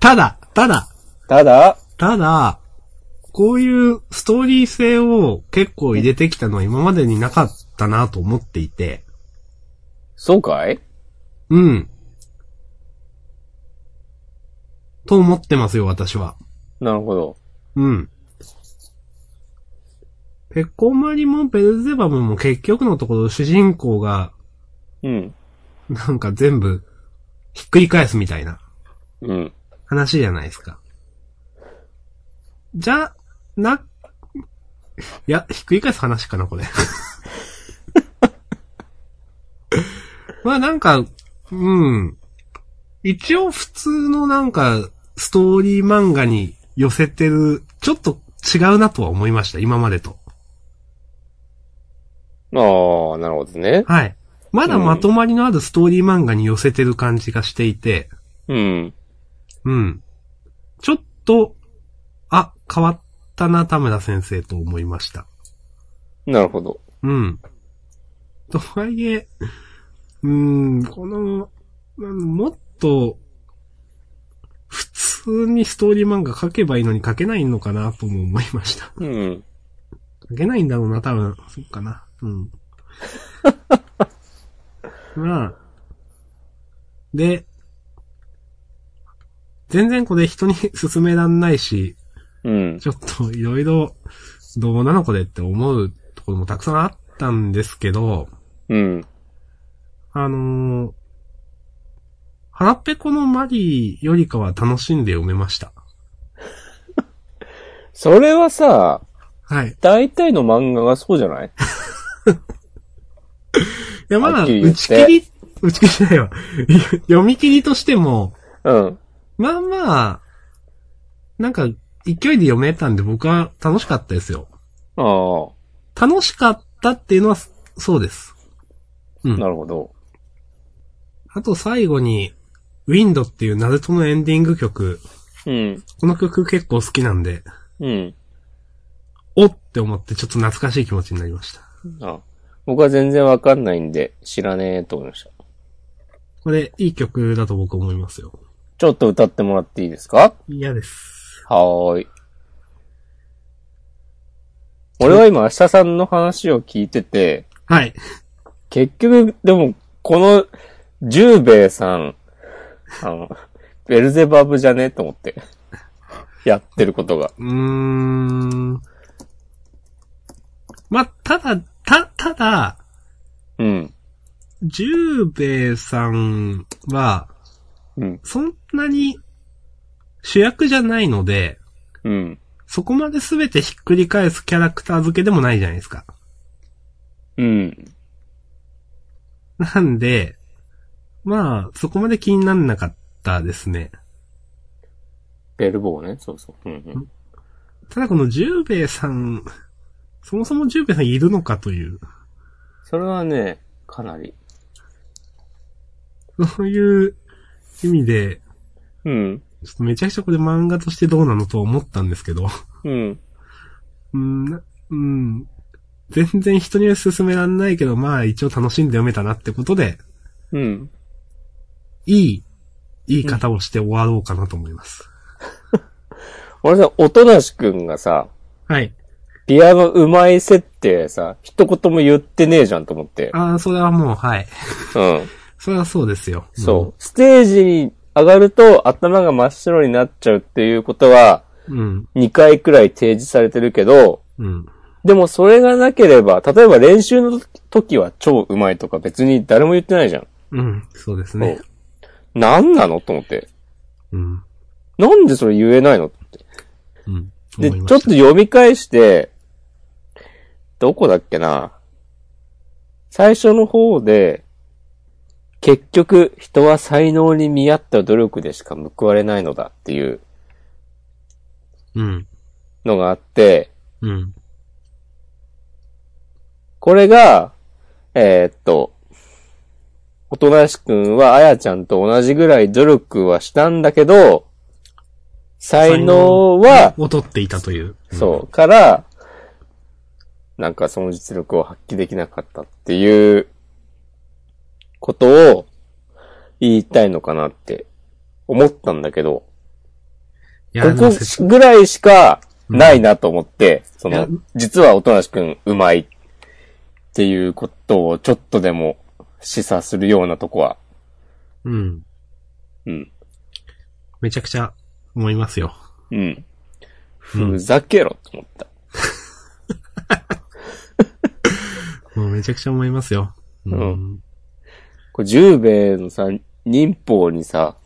B: ただ、ただ、
A: ただ、
B: ただ、こういうストーリー性を結構入れてきたのは今までになかったなと思っていて、
A: そうかい
B: うん。と思ってますよ、私は。
A: なるほど。
B: うん。ペコマリもベルゼバムも結局のところ主人公が
A: うん。
B: なんか全部、ひっくり返すみたいな
A: うん。
B: 話じゃないですか。じゃ、な、いや、ひっくり返す話かな、これ。 まあなんか、うん。一応普通のなんか、ストーリー漫画に寄せてる、ちょっと違うなとは思いました、今までと。
A: ああ、なるほどね。
B: はい。まだまとまりのあるストーリー漫画に寄せてる感じがしていて、
A: うん。
B: うん。ちょっと、あ、変わったな、田村先生と思いました。
A: なるほど。
B: うん。とはいえ、うーん、この、うんもっと、普通にストーリー漫画書けばいいのに書けないのかなとも思いました。
A: うん。
B: 書けないんだろうな、多分。そっかな。うん。 まあ。で、全然これ人に 勧めらんないし、
A: うん。
B: ちょっといろいろ、どうなのこれって思うところもたくさんあったんですけど、
A: うん。
B: あのー、腹ペコのマリーよりかは楽しんで読めました。
A: それはさ、
B: はい。い
A: 大体の漫画がそうじゃ ない
B: や、ま
A: は
B: だ、
A: っきり言
B: 打
A: っ
B: ち
A: て
B: 切り、打ち切りじゃないわ。 読み切りとしても、
A: うん。
B: まあまあ、なんか、勢いで読めたんで僕は楽しかったですよ。
A: ああ、
B: 楽しかったっていうのは、そうです。うん
A: なるほど。
B: あと最後に、ウィンドっていうナルトのエンディング曲、
A: うん。
B: この曲結構好きなんで、
A: うん。
B: おって思ってちょっと懐かしい気持ちになりました。
A: あ僕は全然わかんないんで、知らねえと思いました。
B: これ、いい曲だと僕思いますよ。
A: ちょっと歌ってもらっていいですか
B: 嫌です。
A: はーい。俺は今、明日さんの話を聞いてて、
B: はい。
A: 結局、でも、この、十兵衛さん、あの、ベルゼバブじゃねえと思って、やってることが。
B: うーん。ま、ただ、た、ただ、
A: うん。
B: 十兵衛さんは、
A: うん。
B: そんなに主役じゃないので、
A: うん。
B: そこまで全てひっくり返すキャラクター付けでもないじゃないですか。
A: うん。
B: なんで、まあ、そこまで気になんなかったですね。
A: ベルボーね。そうそう。うん、うん。
B: ただこの十兵衛さん、そもそも十兵衛さんいるのかという。
A: それはね、かなり。
B: そういう意味で、
A: うん。
B: ちょっとめちゃくちゃこれ漫画としてどうなのと思ったんですけど、
A: うん。
B: うん、なうん、全然人には勧めらんないけど、まあ一応楽しんで読めたなってことで、
A: うん。
B: いい、いい方をして終わろうかなと思います。
A: 俺さ、おとなしくんがさ、
B: はい。
A: ピアノ上手い設定さ、一言も言ってねえじゃんと思って。
B: ああ、それはもう、はい。
A: うん。
B: それはそうですよ。
A: そう。ステージに上がると頭が真っ白になっちゃうっていうことは、
B: うん。
A: 2回くらい提示されてるけど、
B: うん。
A: でもそれがなければ、例えば練習の時は超上手いとか別に誰も言ってないじゃん。
B: うん。そうですね。
A: なんなのと思って。
B: うん。
A: なんでそれ言えないのって。
B: うん。
A: で、ちょ
B: 思い
A: っ
B: ま
A: と
B: した
A: 読み返して、どこだっけな最初の方で、結局人は才能に見合った努力でしか報われないのだっていう
B: うん。
A: のがあって、
B: うん。
A: これが、えーっと、おとなしくんはあやちゃんと同じぐらい努力はしたんだけど、才能は、
B: を取っていたという。
A: そう、から、なんかその実力を発揮できなかったっていうことを言いたいのかなって思ったんだけど、
B: いや、
A: こ
B: でもせ
A: こぐらいしかないなと思って、そ
B: い
A: の
B: や、
A: 実はおとなしくんうまいっていうことをちょっとでも示唆するようなとこは、
B: うん。
A: うん、
B: めちゃくちゃ思いますよ。
A: うん。ふざけろと思った。
B: もうめちゃくちゃ思いますよ。う。
A: うんこれ、十兵衛のさ、忍法にさ、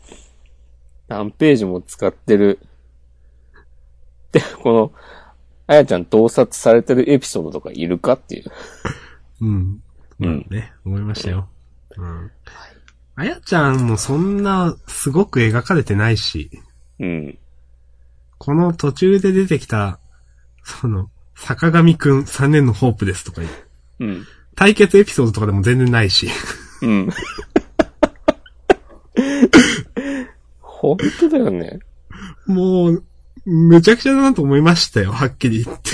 A: 何ページも使ってる。で、この、あやちゃん盗撮されてるエピソードとかいるかっていう。
B: うん。
A: うん
B: ね、思いましたよ。うん。あやちゃんもそんな、すごく描かれてないし、
A: うん。
B: この途中で出てきた、その、坂上くん3年のホープですとかいう、
A: うん。
B: 対決エピソードとかでも全然ないし。
A: うん。本当だよね。
B: もう、めちゃくちゃだなと思いましたよ、はっきり言って。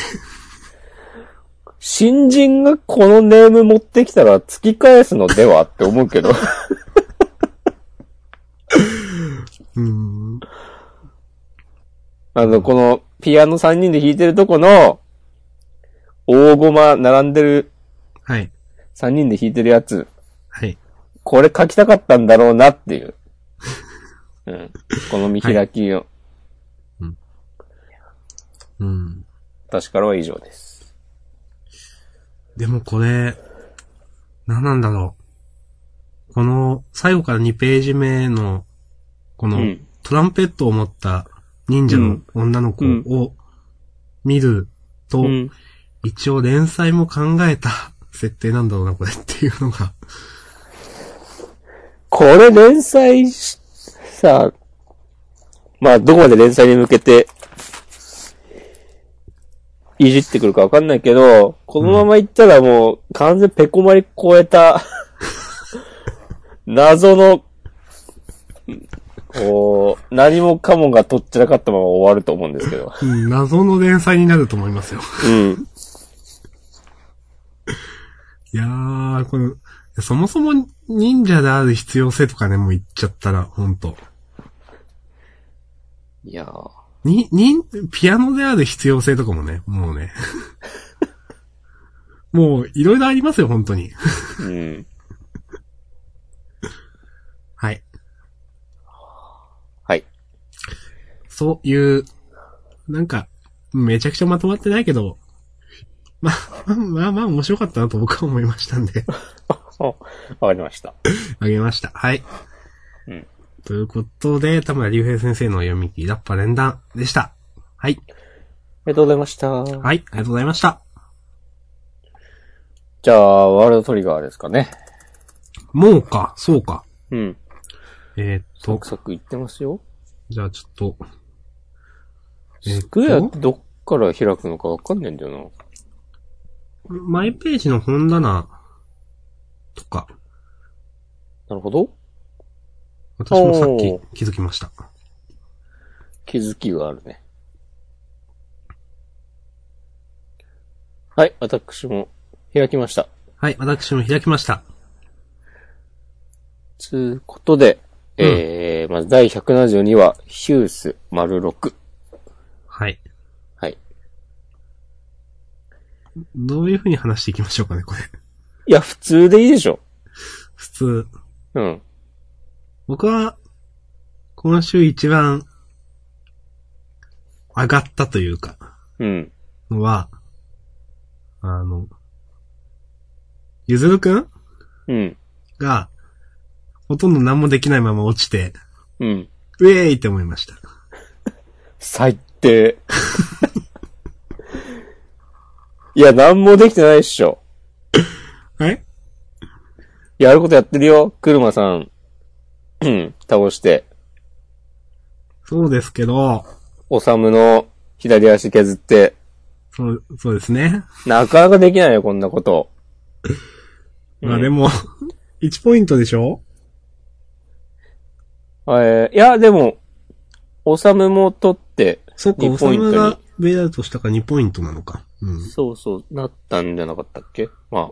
A: 新人がこのネーム持ってきたら突き返すのではって思う けど。
B: うん。
A: あの、この、ピアノ3人で弾いてるとこの、大駒並んでる
B: はい。
A: 3人で弾いてるやつ。
B: はい。
A: これ書きたかったんだろうなっていう。うん。この見開きを、
B: うん。
A: 私からは以上です。
B: でもこれ、何なんだろう。この、最後から2ページ目の、この、
A: うん
B: トランペットを持った忍者の女の子
A: うん
B: を見ると、
A: うん。
B: 一応連載も考えた設定なんだろうな、これっていうのが。
A: これ連載し、さ、まあ、どこまで連載に向けて、いじってくるかわかんないけど、このままいったらもう、完全ペコマリ超え た、謎の、こう、何もかもがとっちらかったまま終わると思うんですけど。
B: うん謎の連載になると思いますよ。
A: うん。
B: いやー、これ、そもそも忍者である必要性とかね、もう言っちゃったら、ほんと。
A: いやー。
B: に、に、ピアノである必要性とかもね、もうね。 もう、いろいろありますよ、本当に。
A: うん。
B: はい。
A: はい。
B: そういう、なんか、めちゃくちゃまとまってないけど、まあ、まあまあ面白かったなと僕は思いましたんで、
A: あわかりました。
B: あげました。はい。
A: うん
B: ということで、田村隆平先生の読み切りラッパ連弾でした。はい。
A: ありがとうございました。
B: はい、ありがとうございました。
A: じゃあ、ワールドトリガーですかね。
B: もうか、そうか。
A: うん。
B: えーっ
A: サ
B: と
A: ク、サクいってますよ。
B: じゃあちょっと。えーっ
A: スクエアってどっから開くのかわかんないんだよ
B: マイページの本棚とか、
A: なるほど。
B: 私もさっ
A: お
B: き気づきました。
A: 気づきがあるね。はい、私も開きました。
B: はい、私も開きました。
A: つうことで、えー、まず第172話、ヒュース丸6。
B: はい。
A: はい。
B: どういう風に話していきましょうかね、これ。
A: いや、普通でいいでしょ。
B: 普通。
A: うん。
B: 僕は、今週一番、上がったというか、
A: うん。
B: のは、あの、ゆずるくん
A: うん。
B: が、ほとんど何もできないまま落ちて、
A: うん。
B: うえーいって思いました。
A: 最低。いや、なんもできてないっしょ。
B: はい
A: やることやってるよ。車さん。 うん。倒して、
B: そうですけど、
A: おさむの左足削って、
B: そう、そうですね。
A: なかなかできないよ、こんなこと。
B: まあでも、1ポイントでしょ
A: えーいや、でも、おさむも取って、
B: そっか、
A: 2
B: お
A: ポ
B: さ
A: イントに
B: むがベイアウトしたから2ポイントなのか。うん。
A: そうそう、なったんじゃなかったっけまあ、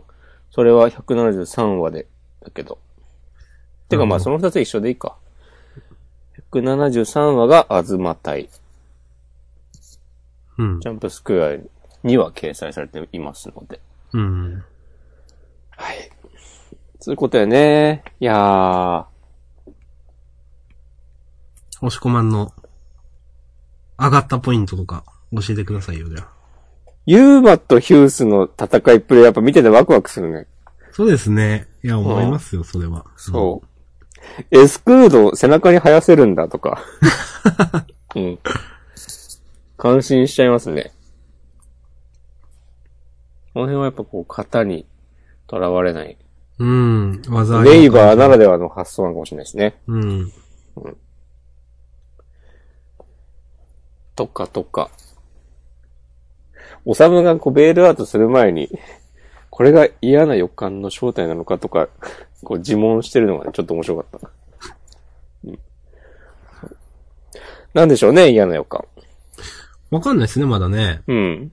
A: それは173話で、だけど。てかま
B: う
A: あ、
B: ん
A: その二つ一緒でいいか。173話が東隊、
B: うん
A: ジ。ャンプスクエアには掲載されていますので。
B: うん。
A: はい。そういうことやね。いやー、
B: 押し込まんの、上がったポイントとか、教えてくださいよ、じゃあ。
A: ユーマとヒュースの戦いっぷりやっぱ見ててワクワクするね。
B: そうですね。いや、思いますよ、それは。
A: そう。エスクードを背中に生やせるんだとか。 うん。感心しちゃいますね。この辺はやっぱこう、型にとらわれない。
B: う。うん。技あり
A: レイバーならではの発想なのかもしれないですね。
B: うん。
A: とかとか。おさむがこう、ベールアウトする前に、これが嫌な予感の正体なのかとか、こう自問してるのがね、ちょっと面白かった。うんなんでしょうね、嫌な予感。
B: わかんないですね、まだね。
A: うん。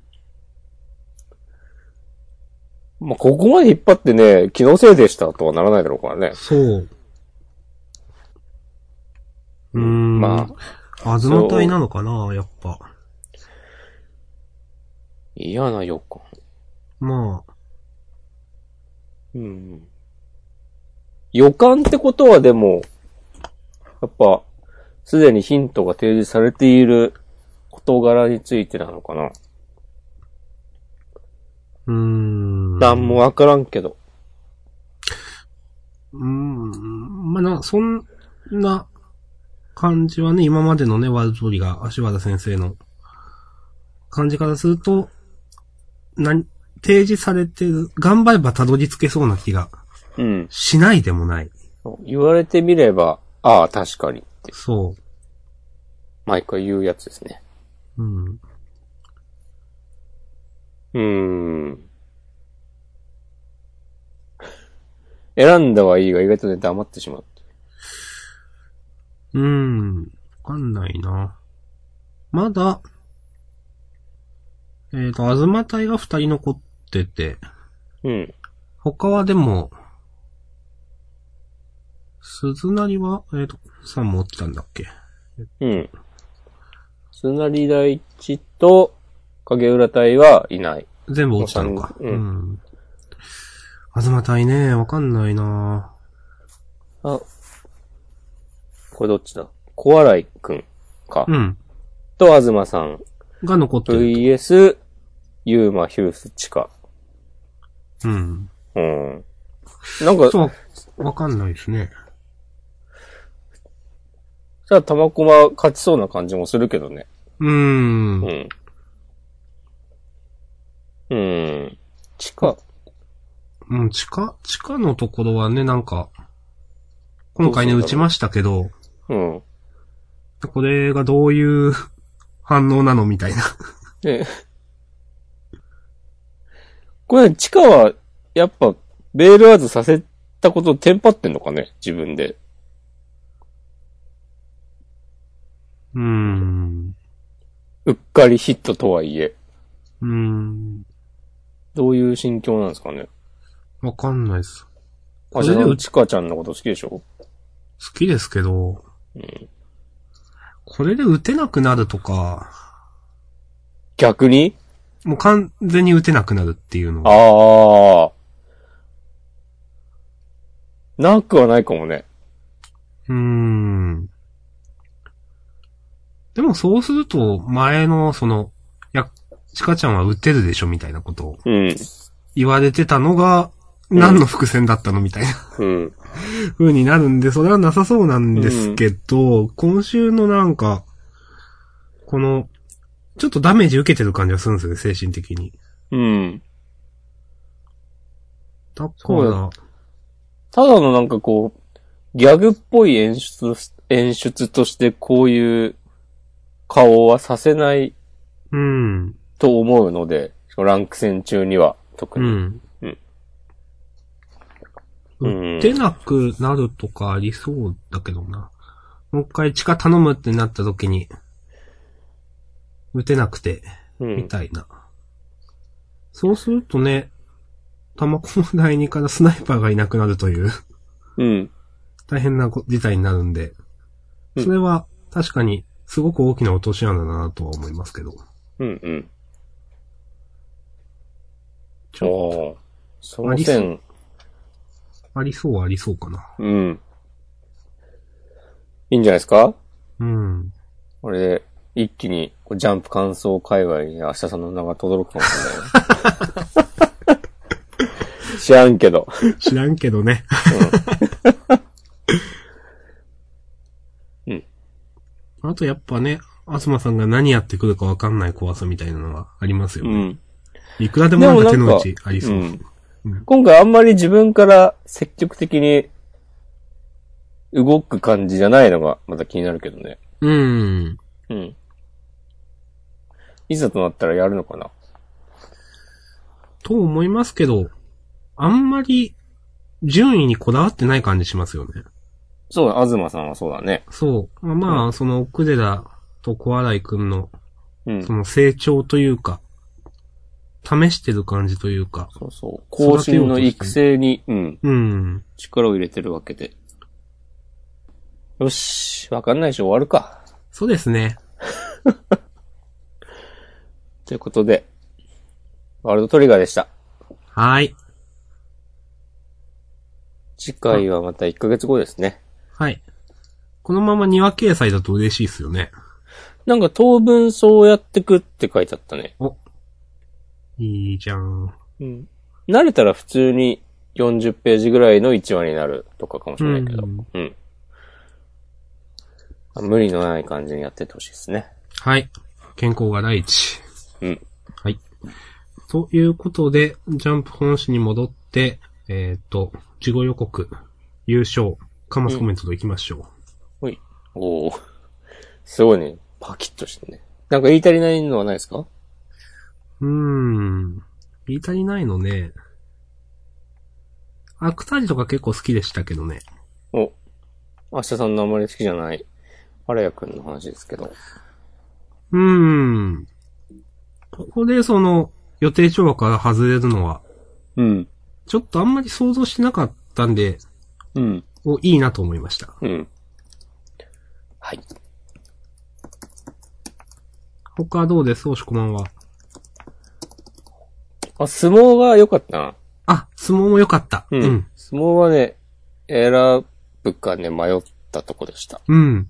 A: まあ、ここまで引っ張ってね、気のせいでしたとはならないだろうからね。
B: そう。うーん。
A: まあ、
B: あ。アズマ隊なのかな、やっぱ。
A: 嫌な予感。
B: まあ、
A: うん。予感ってことはでも、やっぱ、すでにヒントが提示されている事柄についてなのかな。
B: うーん。
A: なんもわからんけど。
B: うーん。まあな、そんな感じはね、今までのね、ワールドトリガー、足和田先生の感じからすると、何、提示されてる、頑張ればたどり着けそうな気が
A: うん。
B: しないでもない。
A: 言われてみれば、ああ、確かにって、
B: そ
A: 毎回言うやつですね。
B: う。うん。
A: うーん。選んだはいいが、意外とね、黙ってしまう。
B: うーん。わかんないな。まだ、えっ、ー、と、あずま隊が二人残ってて、
A: うん。
B: 他はでも、鈴なりは、えっ、と、さんも落ちたんだっけ
A: うん。つなり大地と、影浦隊はいない。
B: 全部落ちたのか。
A: おさんう
B: うんん。あずま隊ね、わかんないな
A: あ、これどっちだ小笑いくんか。
B: うん。
A: と、あずまさん。
B: が残ってる。
A: VS、ユーマ、ヒュース、チカ。
B: うん。
A: うん。なん
B: ちょ
A: か
B: っ、とわわかんないですね。
A: さ、玉駒勝ちそうな感じもするけどね。
B: うー。
A: うんん。うん。チカ。
B: うん、地下、地下のところはね、なんか、今回ね、
A: そうそう
B: 打ちましたけど、
A: うん。
B: これがどういう 反応なのみたいな。
A: で、これ、チカは、やっぱ、ベールアウトさせったことをテンパってんのかね自分で。
B: うーん。
A: うっかりヒットとはいえ。
B: うーん。
A: どういう心境なんですかね
B: わかんないっす。
A: あ、
B: こ
A: じゃ
B: れ
A: あ、
B: で
A: う
B: う
A: ちかちゃんのこと好きでしょ
B: 好きですけど、これで打てなくなるとか、
A: 逆に
B: もう完全に打てなくなるっていうのは。
A: ああ。なくはないかもね。
B: うーん。でもそうすると、前の、その、いや、チカちゃんは打てるでしょみたいなことを
A: うん。
B: 言われてたのが、
A: うん
B: 何の伏線だったのみたい
A: う
B: な
A: ん。
B: 風になるんで、それはなさそうなんですけど、今週のなんか、この、ちょっとダメージ受けてる感じがするんですよね、精神的に。
A: うん。
B: だか
A: そう
B: ら
A: だ、ただのなんかこう、ギャグっぽい演出、演出としてこういう顔はさせない
B: うん。
A: と思うので、ランク戦中には、特
B: う
A: に。
B: ん。
A: うん
B: 打てなくなるとかありそうだけどな。もう一回地下頼むってなった時に、打てなくて、
A: うん
B: みたいな。そうするとね、玉駒第二からスナイパーがいなくなるという、
A: うん。
B: 大変なこ事態になるんで、
A: うん
B: それは確かにすごく大きな落とし穴だなとは思いますけど。
A: うん。うん。
B: ち
A: お
B: ょ
A: おーその線、
B: ありそうはありそうかな。
A: うん。いいんじゃないですか
B: うん。
A: これで、一気に、こうジャンプ感想界隈に明日さんの名が轟くかもしれない。 知らんけど。
B: 知らんけどね。
A: うん。
B: あとやっぱね、東さんが何やってくるかわかんない怖さみたいなのはありますよ
A: う
B: ね。
A: ん。
B: いくらでもなんか手の内ありそう。
A: ん
B: うん
A: 今回あんまり自分から積極的に動く感じじゃないのがまた気になるけどね。
B: うん。
A: うん。いざとなったらやるのかな。
B: と思いますけど、あんまり順位にこだわってない感じしますよね。
A: そうだ、東さんはそうだね。
B: そう。まあまあ、その、奥寺と小洗いくんの、
A: うん。
B: そ
A: そ
B: の成長というか、試してる感じというか、
A: うそう。更新の育成に、うん、
B: うん。
A: 力を入れてるわけで。よし、わかんないし終わるか。
B: そうですね。
A: ということで、ワールドトリガーでした。
B: はい。
A: 次回はまた1ヶ月後ですね。
B: はい。このまま庭掲載だと嬉しいですよね。
A: なんか当分そうやってくって書いてあったね。
B: いいじゃん。
A: うん。慣れたら普通に40ページぐらいの1話になるとかかもしれないけど。
B: う
A: うんん、あ無理のない感じにやってってほしいですね。
B: はい。健康が第一。
A: うん。
B: はい。ということで、ジャンプ本誌に戻って、えっ、と、事後予告、優勝、カマスコメントと行きましょう。
A: ほい。おお。すごいね。パキッとしてね。なんか言い足りないのはないですか
B: うーん。言い足りないのね。アクタージとか結構好きでしたけどね。
A: お。明日さんのあんまり好きじゃない、あらやくんの話ですけど。
B: うーん。ここでその、予定調和から外れるのは、
A: うん。
B: ちょっとあんまり想像してなかったんで、
A: うん。
B: お、いいなと思いました。
A: うん。はい。
B: 他どうですおしこまんは。
A: あ、相撲が良かったな。
B: あ、相撲も良かった。
A: うん。
B: うん。
A: 相撲はね、選ぶかね、迷ったとこでした。
B: うん。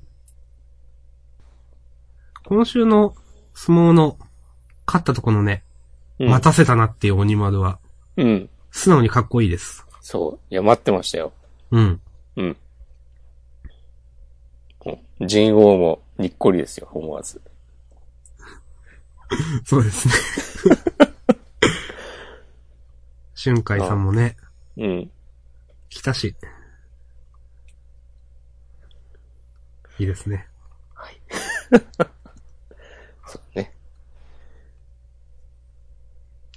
B: 今週の相撲の勝ったとこのね、
A: うん
B: 待たせたなっていう鬼丸は、
A: うん。
B: 素直にかっこいいです。
A: そう。いや、待ってましたよ。
B: うん。
A: うん。人王もにっこりですよ、思わず。
B: そうで すね。俊海さんもね、
A: うん。
B: 来たし。いいですね。
A: そうね。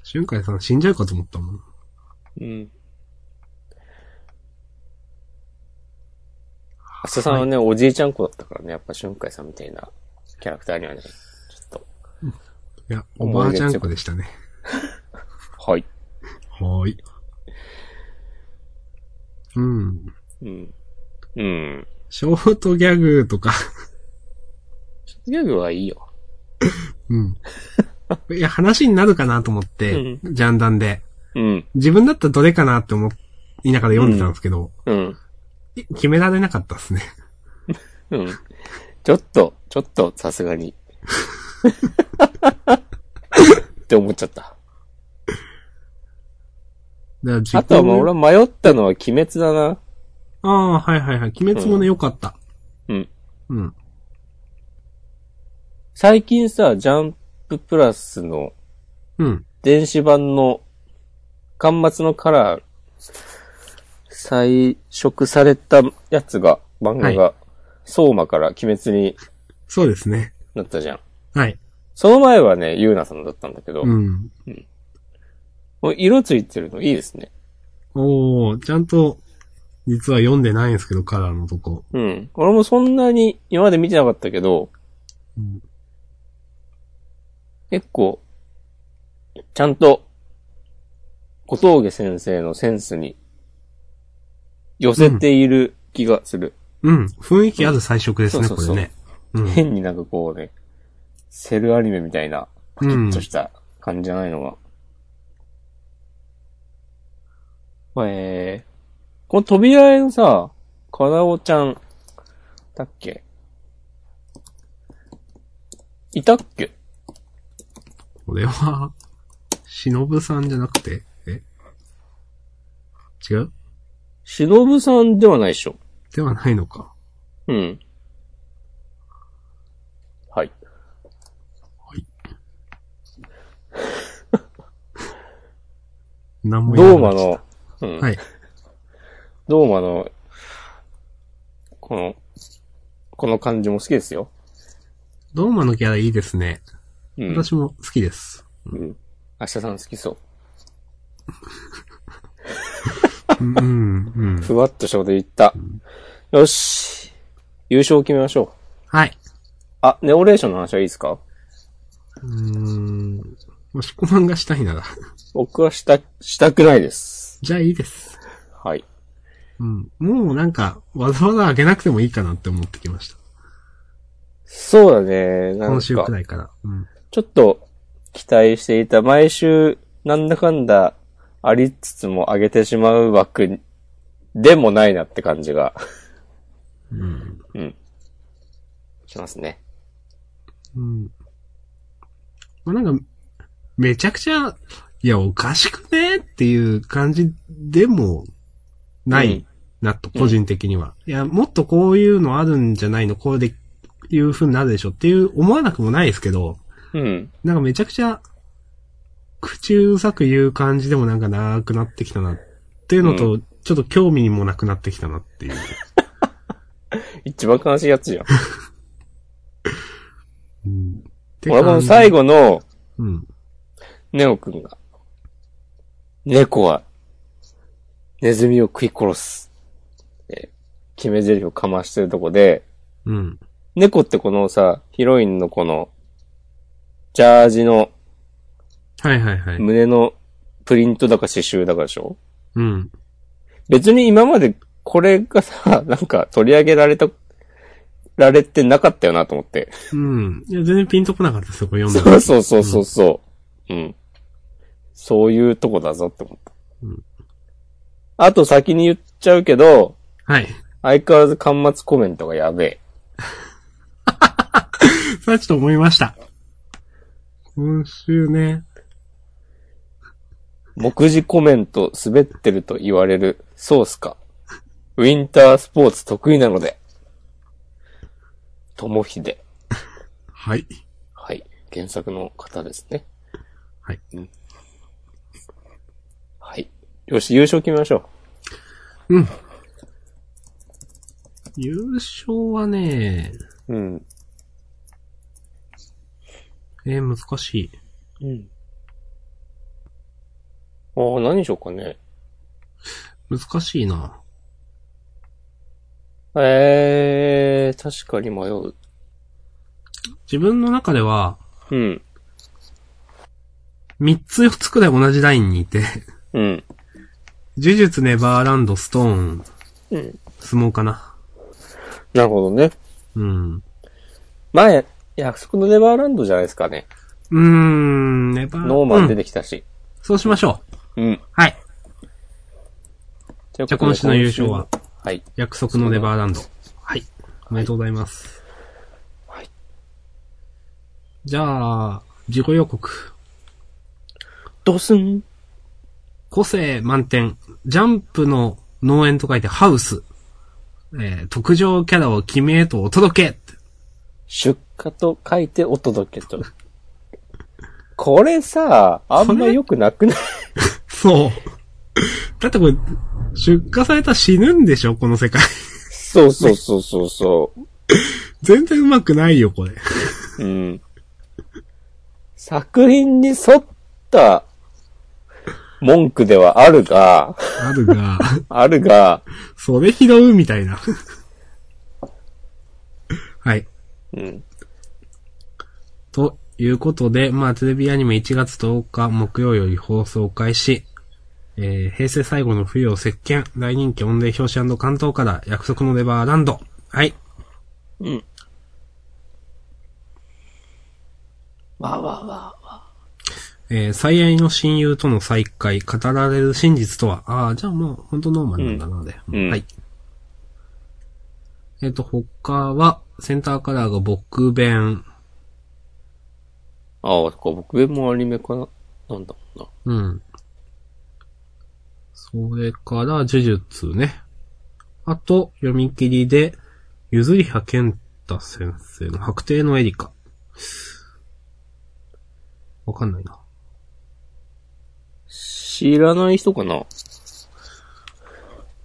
B: 俊海さん死んじゃうかと思ったもん。
A: うん。明日さんはね、おじいちゃん子だったからね、やっぱ俊海さんみたいなキャラクターにはね、ちょっ
B: いや、おばあちゃん子でしたね。
A: と、はい。
B: はーい。うん。
A: うん。うん。
B: ショートギャグとか。
A: ギャグはいいよ。
B: うん。いや、話になるかなと思って、ジャンダンで。
A: うん。
B: 自分だったらどれかなって思いながら読んでたんですけど、
A: うん。
B: い決められなかったですね。
A: うん。ちょっと、ちょっと、さすがに。って思っちゃった。
B: だから自分
A: あとはもう俺は迷ったのは鬼滅だな。
B: ああ、はいはいはい。鬼滅もね、良かった。
A: うん。
B: うん。
A: 最近さ、ジャンププラスの
B: うん。
A: 電子版の端末のカラー、彩色されたやつが、漫画が、相馬から鬼滅に
B: そうですね。
A: なったじゃん。
B: はい。
A: その前はね、ゆうなさんだったんだけど、
B: うん。
A: もう色ついてるのいいですね。
B: おー、ちゃんと、実は読んでないんですけど、カラーのとこ。
A: うん。俺もそんなに今まで見てなかったけど、
B: うん
A: 結構、ちゃんと、小峠先生のセンスに寄せている気がする。
B: うん。雰囲気ある彩色ですね、
A: そう
B: こ
A: そう
B: れ
A: そう
B: ね。うん。
A: 変になんかこうね、セルアニメみたいな、パキッとした感じじゃないのが。まあえー、この扉絵のさ、かなおちゃん、だっけいたっけ
B: これは、しのぶさんじゃなくて、え違う
A: しのぶさんではないでしょ。
B: ではないのか。
A: うん。はい。
B: はい。何も言
A: ドー
B: わ
A: マ
B: な
A: の、うん。
B: はい。
A: ドーマの、この、この感じも好きですよ。
B: ドーマのキャラいいですね。
A: うん。
B: 私も好きです。
A: うん。明日さん好きそう。
B: うん、うん、うん。
A: ふわっとしたこと言った。よし。優勝を決めましょう。
B: はい。
A: あ、ネオレーションの話はいいですか
B: うーん。押し込まんがしたいなら。
A: 僕はした、したくないです。
B: じゃあいいです。
A: はい。
B: うん。もうなんか、わざわざあげなくてもいいかなって思ってきました。
A: そうだね。なん
B: 今週
A: か
B: く、らいから。うん。
A: ちょっと期待していた、毎週なんだかんだありつつも上げてしまう枠でもないなって感じが、
B: うん。
A: うん。しますね。
B: うん。まあ、なんか、めちゃくちゃ、いや、おかしくねっていう感じでも、な
A: うん
B: いなと、個人的には。いや、もっとこういうのあるんじゃないのこうで、いう風になるでしょっていう思わなくもないですけど、
A: うん。
B: なんかめちゃくちゃ、口うさく言う感じでもなんかなくなってきたなっていうのと、ちょっと興味にもなくなってきたなっていう。
A: 一番悲しいやつじゃん。
B: うん。
A: 俺はこの最
B: 後。
A: 後の
B: うん。
A: ネオくんが、猫は、ネズミを食い殺す。え、決め台詞をかましてるとこで、
B: うん。
A: 猫ってこのさ、ヒロインのこの、ジャージの
B: はいはいはい。
A: 胸のプリントだか刺繍だかでしょ
B: うん。
A: 別に今までこれがさ、なんか取り上げられた、られてなかったよなと思って。
B: うん。いや、全然ピンとこなかったですよ、これ読んだ
A: そ
B: ら
A: うそうそうそうそう。うん。そういうとこだぞって思った。
B: うん
A: あと先に言っちゃうけど、
B: はい。
A: 相変わらず端末コメントがやべえ。
B: それはちょっと思いました。今週ね。
A: 目次コメント滑ってると言われる、そうっすか。ウィンタースポーツ得意なので。ともひで。
B: はい。
A: はい。原作の方ですね。
B: はい。
A: うん、はい。よし、優勝決めましょ
B: うん。優勝はね、
A: う。うん。
B: えー、難しい。
A: うん。ああ、何しようかね。
B: 難しいな。
A: えー、確かに迷う。
B: 自分の中では、
A: うん。
B: 3つ4つくらい同じラインにいて、
A: うん。
B: 呪術、ネバーランド、ストーン、
A: うん。
B: 相撲かな。
A: なるほどね。
B: うん。う
A: 前、約束のネバーランドじゃないですかね。
B: ーん、ネバー
A: ノーマン出
B: うん
A: てきたし。
B: そうしましょう。
A: うん。
B: はい。
A: じゃ
B: じゃあ今週の優勝は、
A: はい。
B: 約束のネバーランド。はい。おめでとうございます。
A: はい。
B: じゃあ、自己予告。
A: ドスン。
B: 個性満点。ジャンプの農園と書いてハウス。えー、特上キャラを君へとお届け。
A: 出荷と書いてお届けと。これさ、あんま良くなくない
B: そう。だってこれ、出荷されたら死ぬんでしょこの世界。
A: そうそうそうそうそ
B: 全然うまくないよ、これ。
A: う。うん。作品に沿った文句ではあるが、
B: あるが、
A: あるが、
B: それ拾うみたいな。 はい。
A: うん。
B: ということで、まあ、テレビアニメ1月10日木曜より放送開始。えー、平成最後の冬を席巻、大人気御礼表紙関東から約束のネバーランド。はい。
A: うん。わわわわ。
B: えー、最愛の親友との再会、語られる真実とは、ああ、じゃあもう、本当ノーマルなんだな、で、
A: うん
B: はい。えっ、と、他は、センターカラーが僕弁、
A: ああ、そっか、僕でもアニメかな。なんだろ
B: うん。それから、呪術ね。あと、読み切りで、ゆずりはけんた先生の白帝のエリカ。わかんないな。
A: うな。知らない人かな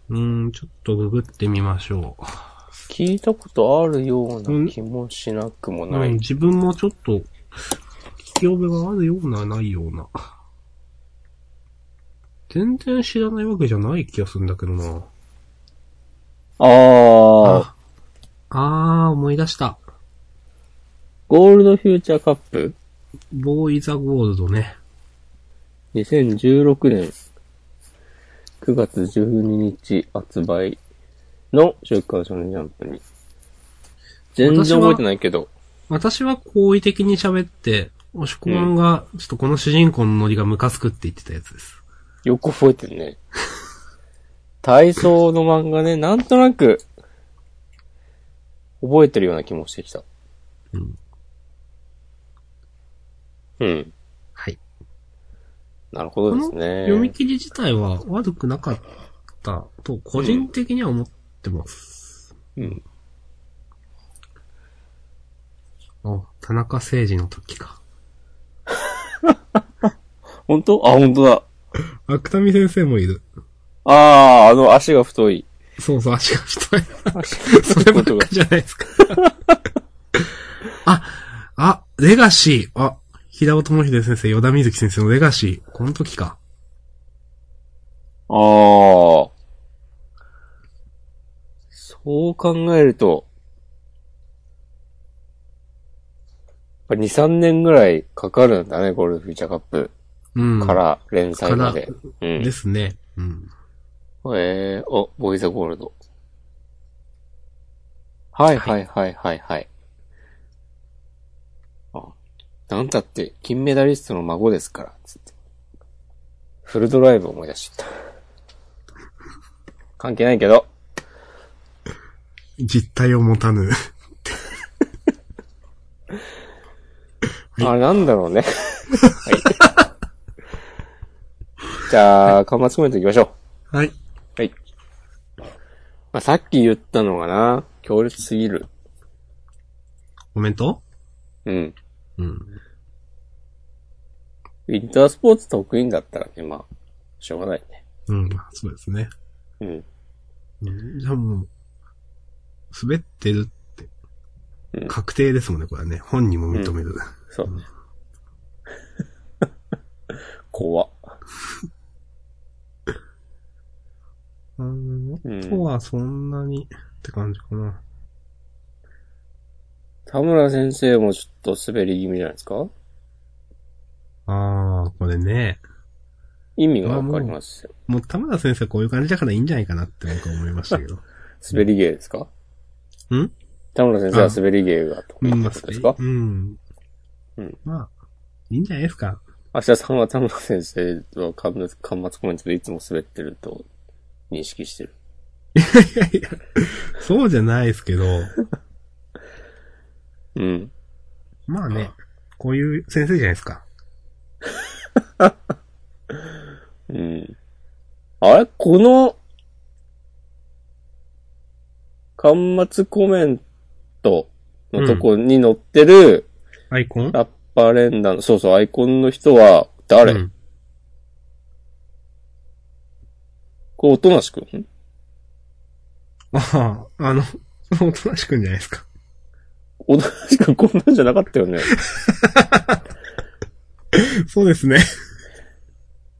B: うーん、ちょっとググってみましょう。
A: 聞いたことあるよう
B: う
A: なん気もしなくも
B: う、
A: なんい。
B: 自分もちょっと、聞き覚えがあるような、ないような。全然知らないわけじゃない気がするんだけどな。
A: ああ、
B: ああー、思い出した。
A: ゴールドフューチャーカップ
B: ボーイザゴールドね。
A: 2016年9月12日発売の週刊少年ジャンプに。全然
B: 私は
A: 覚えてないけど。
B: 私は好意的に喋って、おしこまんが、ちょっとこの主人公のノリがムカつくって言ってたやつです。
A: よく覚えてるね。体操の漫画ね、なんとなく、覚えてるような気もしてきた。
B: うん。
A: うん。
B: はい。
A: なるほどですね。
B: 読み切り自体は悪くなかったと、個人的には思ってます。
A: うん。
B: あ、田中誠二の時か。
A: 本当あ、本当だ。
B: 芥見先生もいる。
A: ああ、あの足が太い。
B: そうそう、足が太い。
A: 足
B: そればっかじゃない ですか。あ、あ、レガシー。あ、平尾智秀先生、与田瑞希先生のレガシー。この時か。
A: ああ。そう考えると、やっぱ2、3年ぐらいかかるんだね、ゴールドフューチャーカップ
B: うん。
A: から連載まで。う
B: で
A: ん。
B: すね。うん。
A: えー、お、ボーイザゴールド。はいはいはいはいはい。あ、なんたって金メダリストの孫ですから、つって。フルドライブ思い出しちゃった。関係ないけど。
B: 実体を持たぬ。
A: あれなんだろう ね。はい。じゃあ、端末コメント行きましょう。
B: はい。
A: はい。まあ、さっき言ったのがな、強烈すぎる。
B: コメント
A: うん。
B: うん。
A: ウィンタースポーツ得意だったらね、まあ、しょうがないね。
B: うん、まあそうですね。
A: うん。
B: うん、じゃあもう、滑ってるって
A: う、ん
B: 確定ですもんね、これはね。本人も認める。
A: そう。 怖っ。
B: うん、
A: うん
B: 音はそんなに、って感じかな。
A: 田村先生もちょっと滑り気味じゃないですか
B: ああ、これね。
A: 意味がわかりますよ。
B: もう田村先生こういう感じだからいいんじゃないかなって僕は思い ましたけど。
A: 滑り芸ですか
B: ん
A: 田村先生は滑り芸がと
B: う
A: い
B: ん、
A: う
B: ま
A: こ
B: あ、
A: と
B: そ
A: で
B: れ
A: すか
B: うん。
A: うん
B: まあ、いいんじゃないですか。
A: 明日さんは田村先生は間 末コメントでいつも滑ってると認識してる。
B: そうじゃないです けど、
A: うん。
B: まあね、こういう先生じゃないですか。
A: うん。あれこの、間末コメントのとこに載ってる
B: アイコン
A: ラッパー連弾、そうそう、アイコンの人は誰、
B: うん
A: これ、おとなしくん
B: ああ、あの、おとなしくんじゃないですか。
A: おとなしくんこんなんじゃなかったよね。
B: そうですね。
A: っ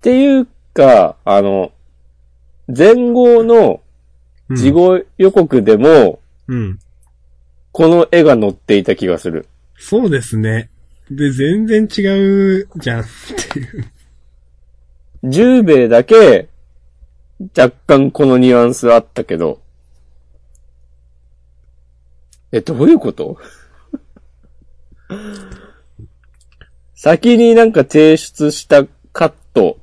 A: ていうか、あの、前後の事後予告でも、
B: うん。
A: この絵が載っていた気がする。
B: そうですね。で、全然違うじゃんっていう。
A: 十兵衛だけ、若干このニュアンスあったけど。え、どういうこと 先になんか提出したカット。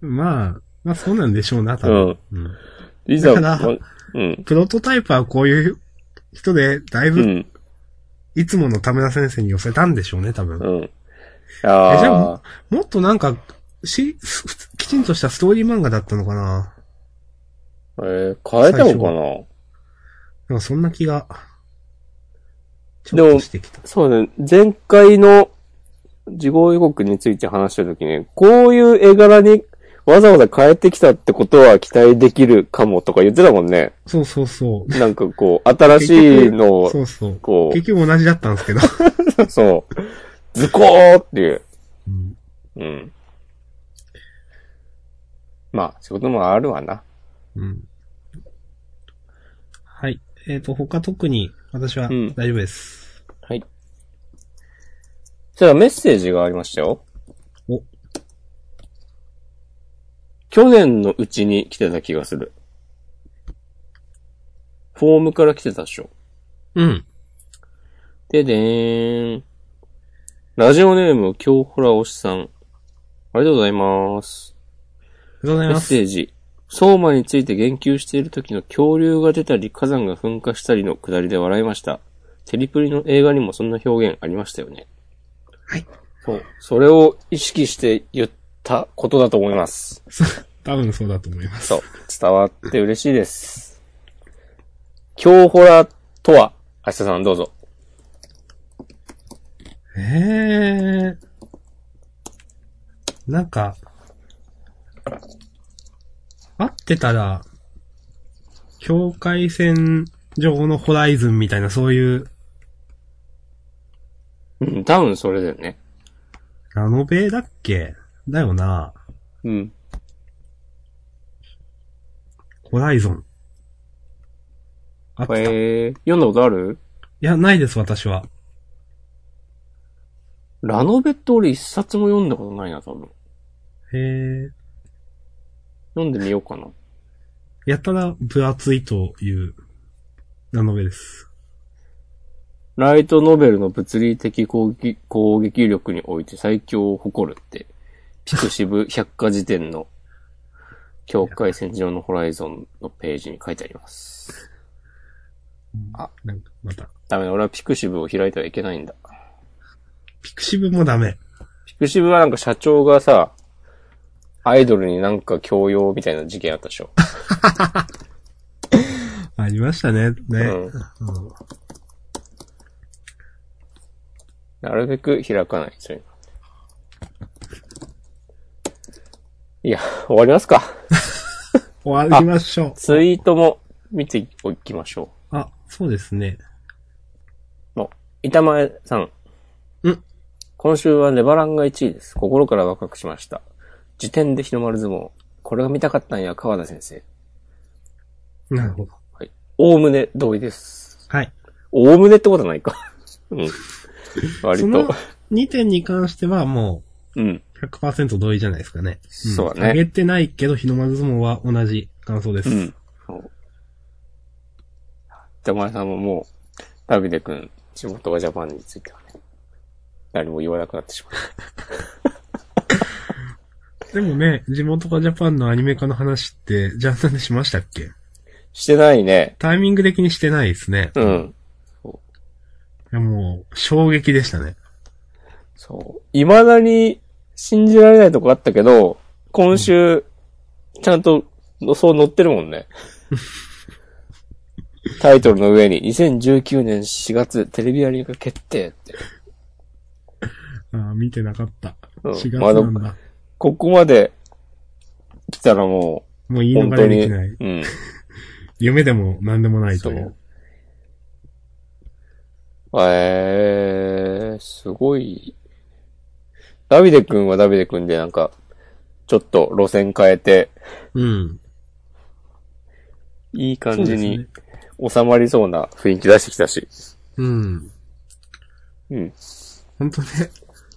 B: まあ、まあそうなんでしょうな、多
A: う
B: 分。
A: ん。
B: うん。
A: いざ、
B: だから
A: まうん。
B: プロトタイプはこういう人で、だいうぶ、
A: ん。
B: いつもの田村先生に寄せたんでしょうね、多分。
A: うん。
B: えじゃ
A: ああ
B: あ、もっとなんか、し、ふつきちんとしたストーリー漫画だったのかな
A: えー変えたのかな
B: なんかそんな気が、ち
A: でも
B: ょっとしてきた。
A: そうね、前回の事後予告について話したときに、こういう絵柄にわざわざ変えてきたってことは期待できるかもとか言ってたもんね。
B: そうそうそう。
A: なんかこう、新しいのを、
B: そうそう。
A: こ
B: 結局同じだったんですけ ど。
A: う、そう、ズコーっていう。
B: うん
A: うん。まあ、仕事もあるわな。
B: うんはい。えっ、と、他特に私は
A: うん
B: 大丈夫です。
A: はい。そしたらメッセージがありましたよ。
B: お
A: 去年のうちに来てた気がする。フォームから来てたっしょ。
B: うん。
A: ででーん。ラジオネーム、京ホラ推しさん。ありがとうございます。
B: ありがとうござい
A: メッ
B: ます。
A: セージ。相馬について言及している時の恐竜が出たり火山が噴火したりのくだりで笑いました。テリプリの映画にもそんな表現ありましたよね。
B: はい。
A: そう。それを意識して言ったことだと思います。
B: 多分そうだと思います。
A: そう。伝わって嬉しいです。京ホラとは、明日さんどうぞ。
B: えー。なんか、合ってたら、境界線上のホライズンみたいな、そういう、
A: うん、多分それだよね。
B: ラノベだっけだよな。
A: うん。
B: ホライゾン。あってた。い
A: えー、読んだことある
B: や、ないです、私は。
A: ラノベって俺一冊も読んだことないな、多分。
B: へえ。
A: 読んでみようかな。
B: やたら分厚いという、ラノベです。
A: ライトノベルの物理的攻撃攻撃力において最強を誇るって、ピクシ ブ百科事典の境界線上のホライゾンのページに書いてあります。あ、
B: なんかまた。
A: ダメだ、俺はピクシブを開いてはいけないんだ。
B: ピクシブもダメ。
A: ピクシブはなんか社長がさ、アイドルになんか強要みたいな事件あったでしょ。
B: ありましたね。ね。
A: うんなるべく開かない、そういうの。いや、終わりますか。
B: 終わりましょ
A: ツイートも見ておきましょ
B: う。あ、そうですね。
A: う。の、板前さん。
B: うん。
A: 今週はレバランが1位です。心から若くしました。時点で日の丸相撲。これが見たかったんや、川田先生。
B: なるほど。
A: おおむね同意です。
B: はい。
A: おおむねってことはないか。 うん。割
B: その
A: と。
B: 2点に関してはも
A: うん。
B: う100%同意じゃないですかね。
A: そう
B: あ
A: だね。
B: げてないけど、日の丸相撲は同じ感想です。
A: うん。そう。じゃまさんももう、ダビデ君、地元はジャパンについてはね、何も言わなくなってしまった。
B: でもね、地元かジャパンのアニメ化の話って、ジャンさんでしましたっけ
A: してないね。
B: タイミング的にしてないですね。
A: う
B: い
A: ん。
B: やもう、衝撃でしたね。
A: そう。未だに信じられないとこあったけど、今週、ちゃんと、そう載ってるもん ね。タイトルの上に、2019年4月、テレビアニメ化決定って。
B: ああ、見てなかった。
A: うん
B: 4月なん
A: ま
B: だ。
A: ここまで来たらも
B: も
A: う、
B: う言い
A: 本
B: 逃
A: 当
B: れで
A: に、
B: きない。
A: うん。
B: 夢でも何でもないとい
A: そう
B: う。
A: えー、すごい。ダビデ君はダビデ君でなんか、ちょっと路線変えて、
B: うん。
A: いい
B: そ
A: 感
B: う
A: じ
B: です
A: に
B: ね。
A: 収まりそうな雰囲気出してきたし。
B: うん。
A: うん。
B: 本当ね、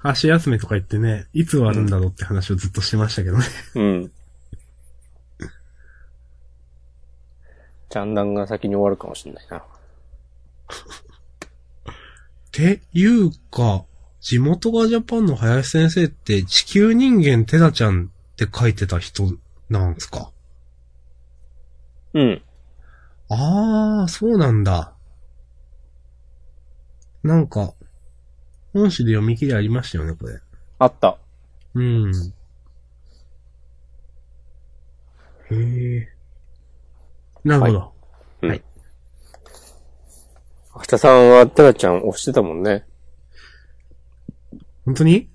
B: 足休めとか言ってね、いつ終わるんだろうって話をずっとしてましたけどね。
A: うん。ジャンダンが先に終わるかもしれないな。
B: ていうか、地元がジャパンの林先生って地球人間テダちゃんって書いてた人なんですか
A: うん。
B: ああ、そうなんだ。なんか、本誌で読み切りありましたよね、これ。
A: あった。
B: うん。へえ。なるほど。
A: 明日さんはテラちゃん押してたもんね。
B: 本当に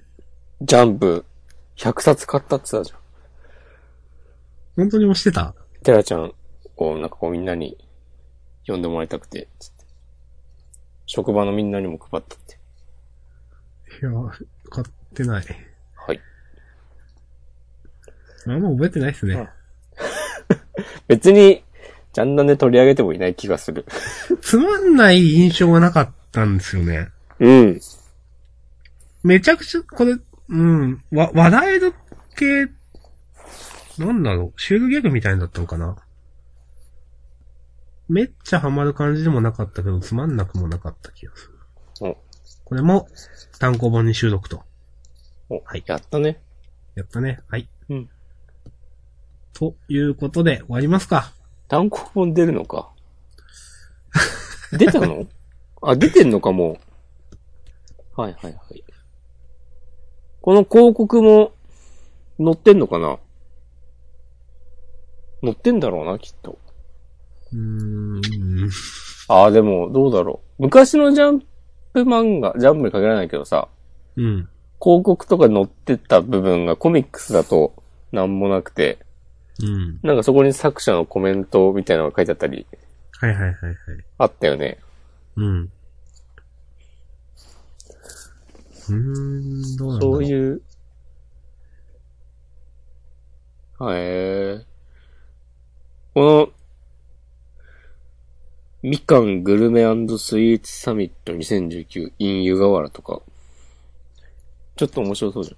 A: ジャンプ、100冊買ったって言ってたじゃん。
B: 本当に押してた
A: テラちゃんをなんかこうみんなに呼んでもらいたくて、つって職場のみんなにも配ったって。
B: いや、買ってない。
A: はい。
B: あんま覚えてないですね。
A: 別に、ジャンダンで取り上げてもいない気がする。
B: つまんない印象がなかったんですよね。
A: うん。
B: めちゃくちゃ、これ、うん、わ、話題の系、なんだろう、シュールギャグみたいになったのかなめっちゃハマる感じでもなかったけど、つまんなくもなかった気がする。
A: お
B: これも、単行本に収録と。
A: お、
B: はい
A: やったね。
B: やったね。はい。
A: うん。
B: ということで、終わりますか。
A: 単行本出るのか。出たのあ、出てんのか、もう。はいはいはい。この広告も、載ってんのかな載ってんだろうな、きっと。
B: うーん。
A: ああ、でも、どうだろう。昔のジャンプ漫画、ジャンプに限らないけどさ、
B: うん。
A: 広告とか載ってた部分がコミックスだと、なんもなくて、
B: うん。
A: なんかそこに作者のコメントみたいなのが書いてあったり、
B: はいはいはいはい。
A: あったよね。
B: うん。うーん、どうなんだろ。
A: そうういう。へえこの、みかんグルメスイーツサミット2019 in 湯河原とか、ちょっと面白そうじ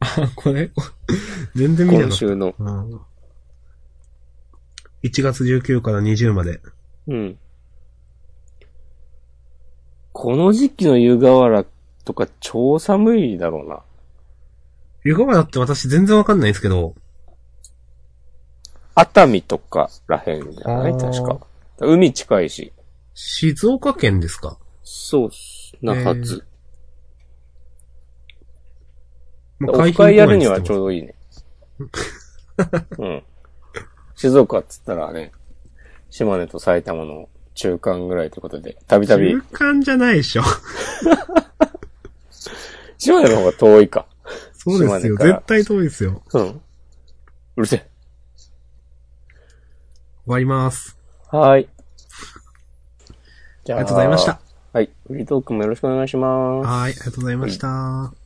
B: あ、これ、 全然
A: ゃん。
B: 見
A: 今
B: てなかった。
A: 週の。
B: うん1月19から20まで。
A: うん。この時期の湯河原とか超寒いだろうな。
B: 湯河原って私全然わかんないんですけど、
A: 熱海とからへんじゃない
B: あー
A: 確か。海近いし。
B: 静岡県ですか
A: そうっす。なはず。
B: ま
A: オフ会やるには
B: 海
A: ちょう
B: 浜
A: どいいね。うん。静岡っつったらね、島根と埼玉の中間ぐらいということで、たびた
B: 公園
A: び
B: って言ってます、中間じゃないでしょ。
A: 島根の方が遠いか。
B: そうですよ。
A: 島根から
B: 絶対遠いですよ。
A: うん。うるせ
B: 終わります。
A: え。はーい。じゃ
B: ありがとうございました。。
A: はい。フリートークもよろしくお願いします。
B: はい、ありがとうございました。